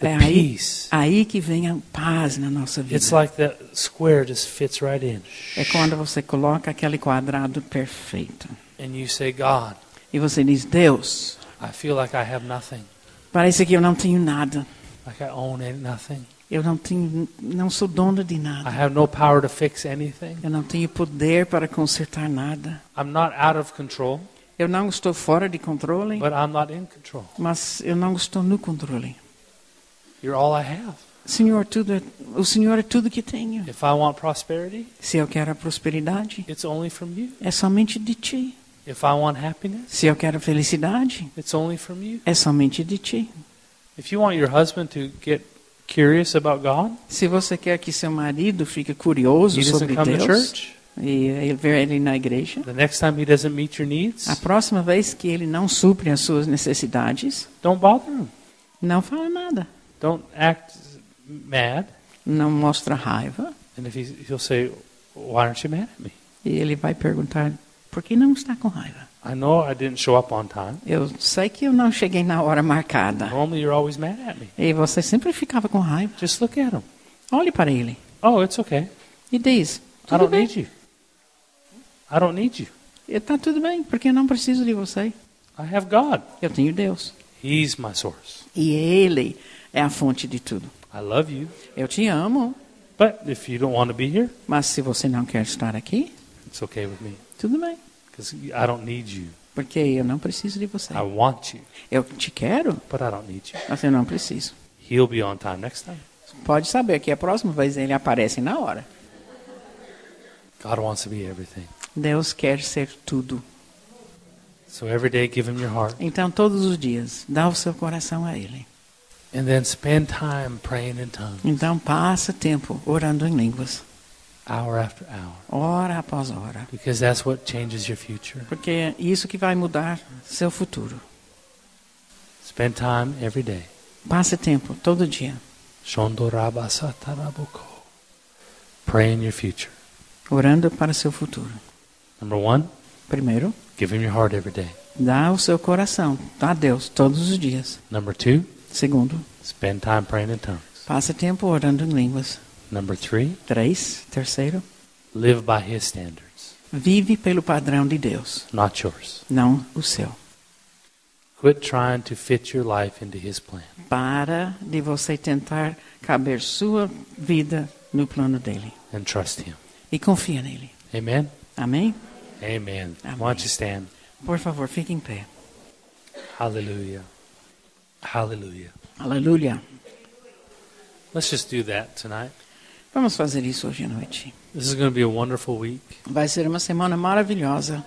A: The
B: É aí,
A: peace.
B: aí que vem a paz na nossa vida.
A: It's like that square just fits right in.
B: É quando você coloca aquele quadrado perfeito.
A: And you say, God,
B: E você diz, Deus,
A: I feel like I have nothing.
B: parece que eu não tenho nada.
A: Like I own it- nothing.
B: Eu não tenho, não sou dono de
A: I
B: nada.
A: have no power to fix anything.
B: Eu não tenho poder para consertar nada.
A: I'm not out of control,
B: Eu não estou fora de controle,
A: but I'm not in control.
B: mas eu não estou no controle.
A: You're all I have.
B: Senhor, tudo é, o Senhor é tudo que tenho.
A: If I want prosperity,
B: Se eu quero a prosperidade,
A: it's only from you.
B: é somente de ti.
A: If I want happiness,
B: Se eu quero a felicidade,
A: it's only from you.
B: é somente de ti.
A: If you want your husband to get curious about God,
B: Se você quer que seu marido fique curioso
A: he doesn't
B: sobre
A: come to
B: Deus
A: church.
B: e ele ver ele na igreja,
A: The next time he doesn't meet your
B: a
A: needs,
B: próxima vez que ele não supre as suas necessidades,
A: don't bother him.
B: não fala nada,
A: Don't act mad.
B: não mostra raiva.
A: And if he's, he'll say, "Why aren't you mad at me?
B: E ele vai perguntar: por que não está com raiva?
A: I know I didn't show up on time.
B: Eu sei que eu não cheguei na hora marcada.
A: Normally you're always mad at me.
B: E você sempre ficava com raiva.
A: Just look at him.
B: Olhe para ele
A: Oh, it's okay.
B: e diz:
A: I
B: tudo
A: don't
B: bem,
A: need you. I don't need you.
B: está tudo bem, porque eu não preciso de você.
A: I have God.
B: Eu tenho Deus.
A: He's my source.
B: E Ele é a fonte de tudo.
A: I love you.
B: Eu te amo,
A: But if you don't want to be here,
B: mas se você não quer estar aqui,
A: it's okay with me
B: tudo bem,
A: because I don't need you.
B: porque eu não preciso de você.
A: I want you,
B: Eu te quero,
A: but I don't need you.
B: mas eu não preciso.
A: He'll be on time next time.
B: Pode saber que a próxima vez ele aparece na hora.
A: God wants to be everything.
B: Deus quer ser tudo.
A: So every day, give Him your heart.
B: Então, todos os dias, dá o seu coração a Ele.
A: And then spend time praying in tongues,
B: Então, passa tempo orando em línguas,
A: hour after hour,
B: hora após hora.
A: because that's what changes your future.
B: Porque é isso que vai mudar seu futuro.
A: Spend time every day.
B: Passa tempo, todo dia,
A: Shondorabasatarabuko. Pray in your future.
B: orando para seu futuro.
A: Number one,
B: Primeiro,
A: give Him your heart every day.
B: dá o seu coração a Deus todos os dias.
A: Number two,
B: Segundo,
A: spend time praying in tongues.
B: passa tempo orando em línguas.
A: Number three,
B: Três, terceiro,
A: live by His standards,
B: vive pelo padrão de Deus,
A: not yours.
B: não o seu.
A: Quit trying to fit your life into His plan.
B: Para de você tentar caber sua vida no plano dele.
A: and trust Him.
B: E confia nele.
A: Amen.
B: Amém?
A: Amen.
B: Amen.
A: Why don't you stand?
B: Por favor, fique em pé.
A: Hallelujah. Hallelujah.
B: Aleluia.
A: Let's just do that tonight.
B: Vamos fazer isso hoje à noite.
A: This is going to be a wonderful week.
B: Vai ser uma semana maravilhosa.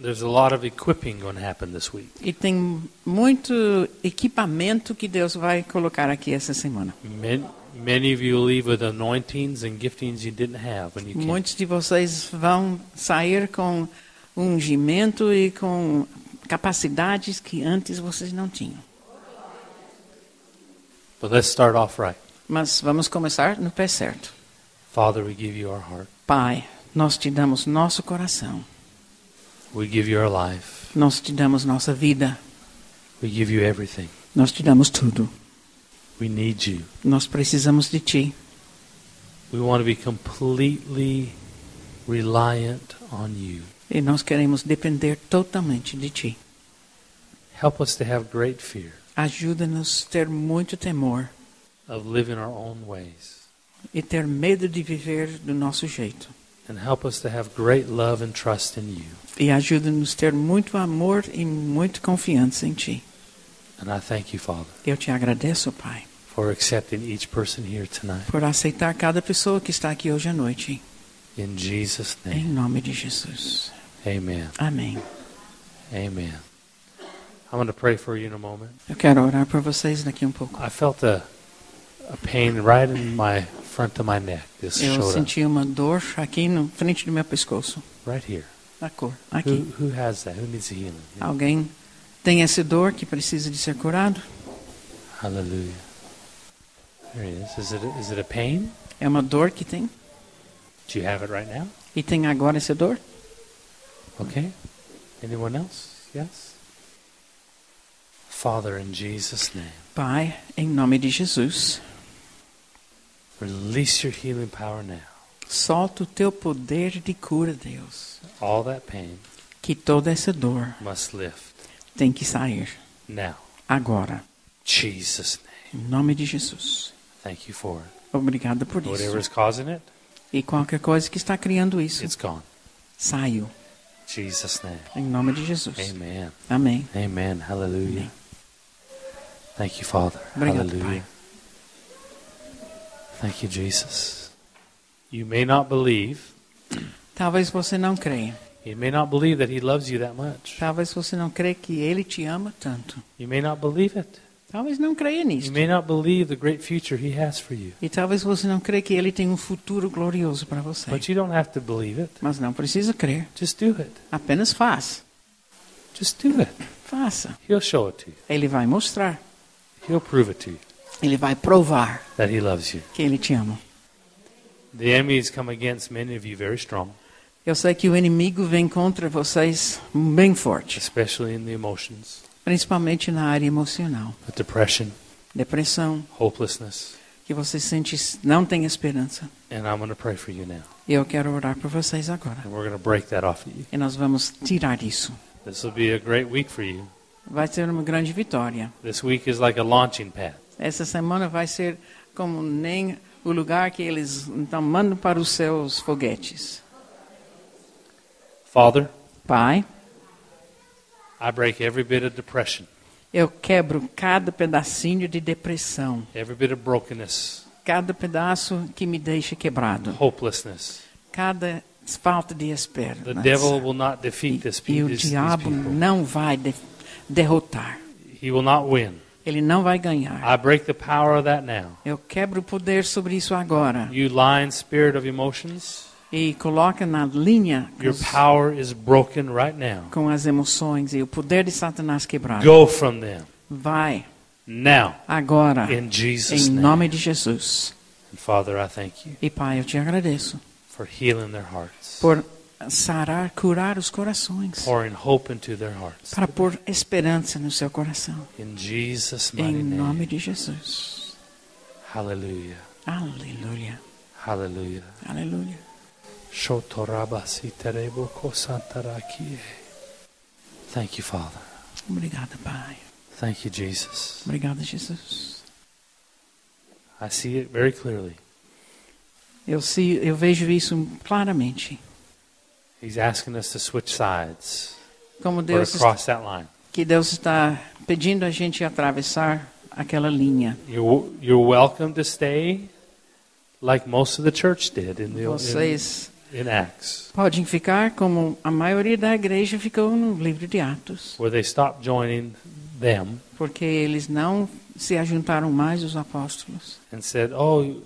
A: There's a lot of equipping going to happen this week.
B: E tem muito equipamento que Deus vai colocar aqui essa semana.
A: Many, many of you will leave with anointings and giftings you didn't have when you came.
B: Muitos de vocês vão sair com ungimento e com capacidades que antes vocês não tinham.
A: But let's start off right.
B: Mas vamos começar no pé certo.
A: Father, we give you our heart.
B: Pai, nós te damos nosso coração,
A: We give you our life.
B: nós te damos nossa vida,
A: We give you everything.
B: nós te damos tudo.
A: We need you.
B: Nós precisamos de ti.
A: We want to be completely reliant on you.
B: E nós queremos depender totalmente de ti.
A: Help us to have great fear.
B: Ajuda-nos a ter muito temor
A: of living our own ways
B: e ter medo de viver do nosso jeito.
A: and help us to have great love and trust in you.
B: E ajuda-nos a ter muito amor e muita confiança em ti.
A: And I thank you, Father,
B: Eu te agradeço, Pai,
A: for accepting each person here tonight.
B: por aceitar cada pessoa que está aqui hoje à noite.
A: In Jesus'
B: Em
A: name,
B: nome de Jesus.
A: amen.
B: Amém.
A: Amen. I'm going to pray for you in a moment.
B: Eu quero orar por vocês daqui um pouco.
A: I felt a, a pain right in my front of my neck. This
B: Eu
A: showed up
B: senti uma dor aqui na frente do meu pescoço.
A: right here.
B: Na cor.
A: Who,
B: Aqui.
A: who has that? Who needs a healing?
B: Alguém tem essa dor que precisa de ser curado?
A: Hallelujah. There it is. Is it, a, is it a pain?
B: É uma dor que tem?
A: Do you have it right now?
B: E tem agora essa dor?
A: Okay. Anyone else? Yes? Father, in Jesus' name,
B: Pai, em nome de Jesus,
A: release your healing power now.
B: solta o teu poder de cura, Deus.
A: All that pain
B: Que toda essa dor
A: must lift
B: tem que sair
A: now.
B: agora.
A: Jesus' name.
B: Em nome de Jesus.
A: Thank you for it.
B: Obrigado por
A: Whatever
B: isso.
A: is causing it,
B: E qualquer coisa que está criando isso,
A: it's gone.
B: saiu.
A: Jesus' name.
B: Em nome de Jesus.
A: Amen.
B: Amém.
A: Amen. Hallelujah.
B: Amen.
A: Thank you, Father.
B: Obrigado,
A: Hallelujah.
B: Pai.
A: Thank you, Jesus. You may not believe.
B: Talvez você não creia.
A: You may not believe that He loves you that much.
B: Talvez você não creia que Ele te ama tanto.
A: You may not believe it.
B: Talvez não creia
A: You
B: nisso.
A: may not believe the great future He has for you,
B: E talvez você não creia que Ele tem um futuro glorioso para você.
A: but you don't have to believe it.
B: Mas não precisa crer.
A: Just do it.
B: Apenas faz.
A: Just do it.
B: Faça.
A: He'll show it to you.
B: Ele vai mostrar.
A: He'll prove it to you
B: Ele vai provar
A: that He loves you.
B: que Ele te ama.
A: The enemy's come against many of you very strong,
B: Eu sei que o inimigo vem contra vocês bem forte,
A: especially in the emotions,
B: principalmente na área emocional.
A: with depression,
B: Depressão,
A: hopelessness.
B: que você sente não tem esperança.
A: And I'm going to pray for you now,
B: E Eu quero orar por vocês agora.
A: and we're going to break that off of you.
B: E nós vamos tirar isso.
A: This will be a great week for you.
B: Vai ser uma grande vitória.
A: This week is like a launching pad.
B: Essa semana vai ser como nem o lugar que eles então mandam para os seus foguetes.
A: Father,
B: Pai,
A: I break every bit of depression
B: Eu quebro cada pedacinho de depressão,
A: every bit of brokenness,
B: cada pedaço que me deixa quebrado,
A: hopelessness.
B: cada falta de
A: The
B: esperança.
A: devil will not
B: E,
A: defeat this,
B: e
A: pe-
B: o
A: this- these
B: diabo
A: people.
B: não vai de- derrotar.
A: He will not win.
B: Ele não vai ganhar.
A: I break the power of that now.
B: Eu quebro o poder sobre isso agora.
A: You lying spirit of emotions,
B: E coloca na linha com,
A: your
B: os-
A: power is broken right now.
B: com as emoções e o poder de Satanás quebrado.
A: Go from them
B: Vai
A: now
B: agora,
A: Ah. in Jesus' né?
B: em
A: name.
B: nome de Jesus.
A: And Father, I thank you
B: E Pai, eu te agradeço
A: for healing their hearts,
B: por sarar, curar os corações,
A: pouring hope into their hearts.
B: para pôr esperança no seu coração.
A: In Jesus' mighty
B: Em
A: name.
B: nome de Jesus.
A: Hallelujah.
B: Aleluia.
A: Hallelujah.
B: Aleluia.
A: Shotorabasiterebokosantarakie. Thank you, Father.
B: Obrigado, Pai.
A: Thank you, Jesus.
B: Obrigado, Jesus.
A: I see it very clearly.
B: Eu, se, eu vejo isso claramente.
A: He's asking us to switch sides
B: Como
A: or
B: Deus,
A: to cross that line.
B: que Deus está pedindo a gente atravessar aquela linha.
A: You're, you're welcome to stay like most of the church did in, the,
B: Vocês
A: in, in Acts,
B: podem ficar como a maioria da igreja ficou no livro de Atos,
A: where they stopped joining them
B: porque eles não se ajuntaram mais os apóstolos,
A: and said, oh,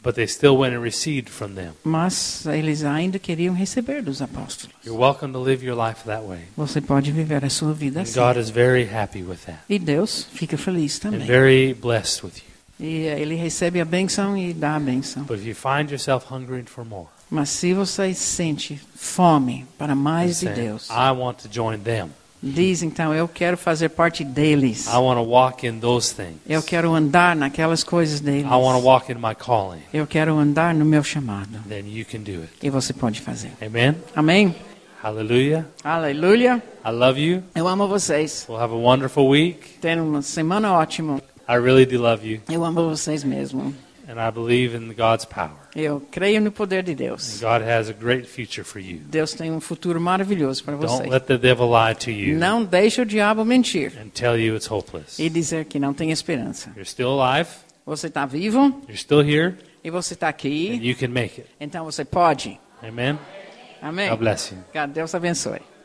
A: but they still went and received from them.
B: mas eles ainda queriam receber dos apóstolos.
A: You're welcome to live your life that way.
B: Você pode viver a sua vida
A: And
B: assim.
A: God is very happy with that
B: E Deus fica feliz
A: and
B: também.
A: very blessed with you.
B: E eh, ele recebe a benção e dá a benção.
A: But if you find yourself hungering for more,
B: Mas se você sente fome para
A: and
B: mais de
A: saying,
B: Deus,
A: I want to join them.
B: diz então, eu quero fazer parte deles.
A: I want to walk in those things.
B: Eu quero andar naquelas coisas deles.
A: I want to walk in my calling.
B: Eu quero andar no meu chamado.
A: Then you can do it.
B: E você pode fazer.
A: Amen.
B: Amém?
A: Hallelujah.
B: Aleluia.
A: I love you.
B: Eu amo vocês.
A: We'll have a wonderful week.
B: Tenham uma semana ótima.
A: I really do love you,
B: Eu amo vocês mesmo.
A: and I believe in God's power.
B: Eu creio no poder de
A: And
B: Deus.
A: God has a great future for you.
B: Deus tem um futuro maravilhoso para
A: Don't
B: vocês.
A: let the devil lie to you
B: Não deixe o diabo mentir
A: and tell you it's hopeless.
B: e dizer que não tem esperança.
A: You're still alive.
B: Você está vivo
A: You're still here,
B: e você está
A: and
B: aqui,
A: you can make it.
B: então você pode.
A: Amen.
B: Amém?
A: God bless you.
B: God, Deus abençoe.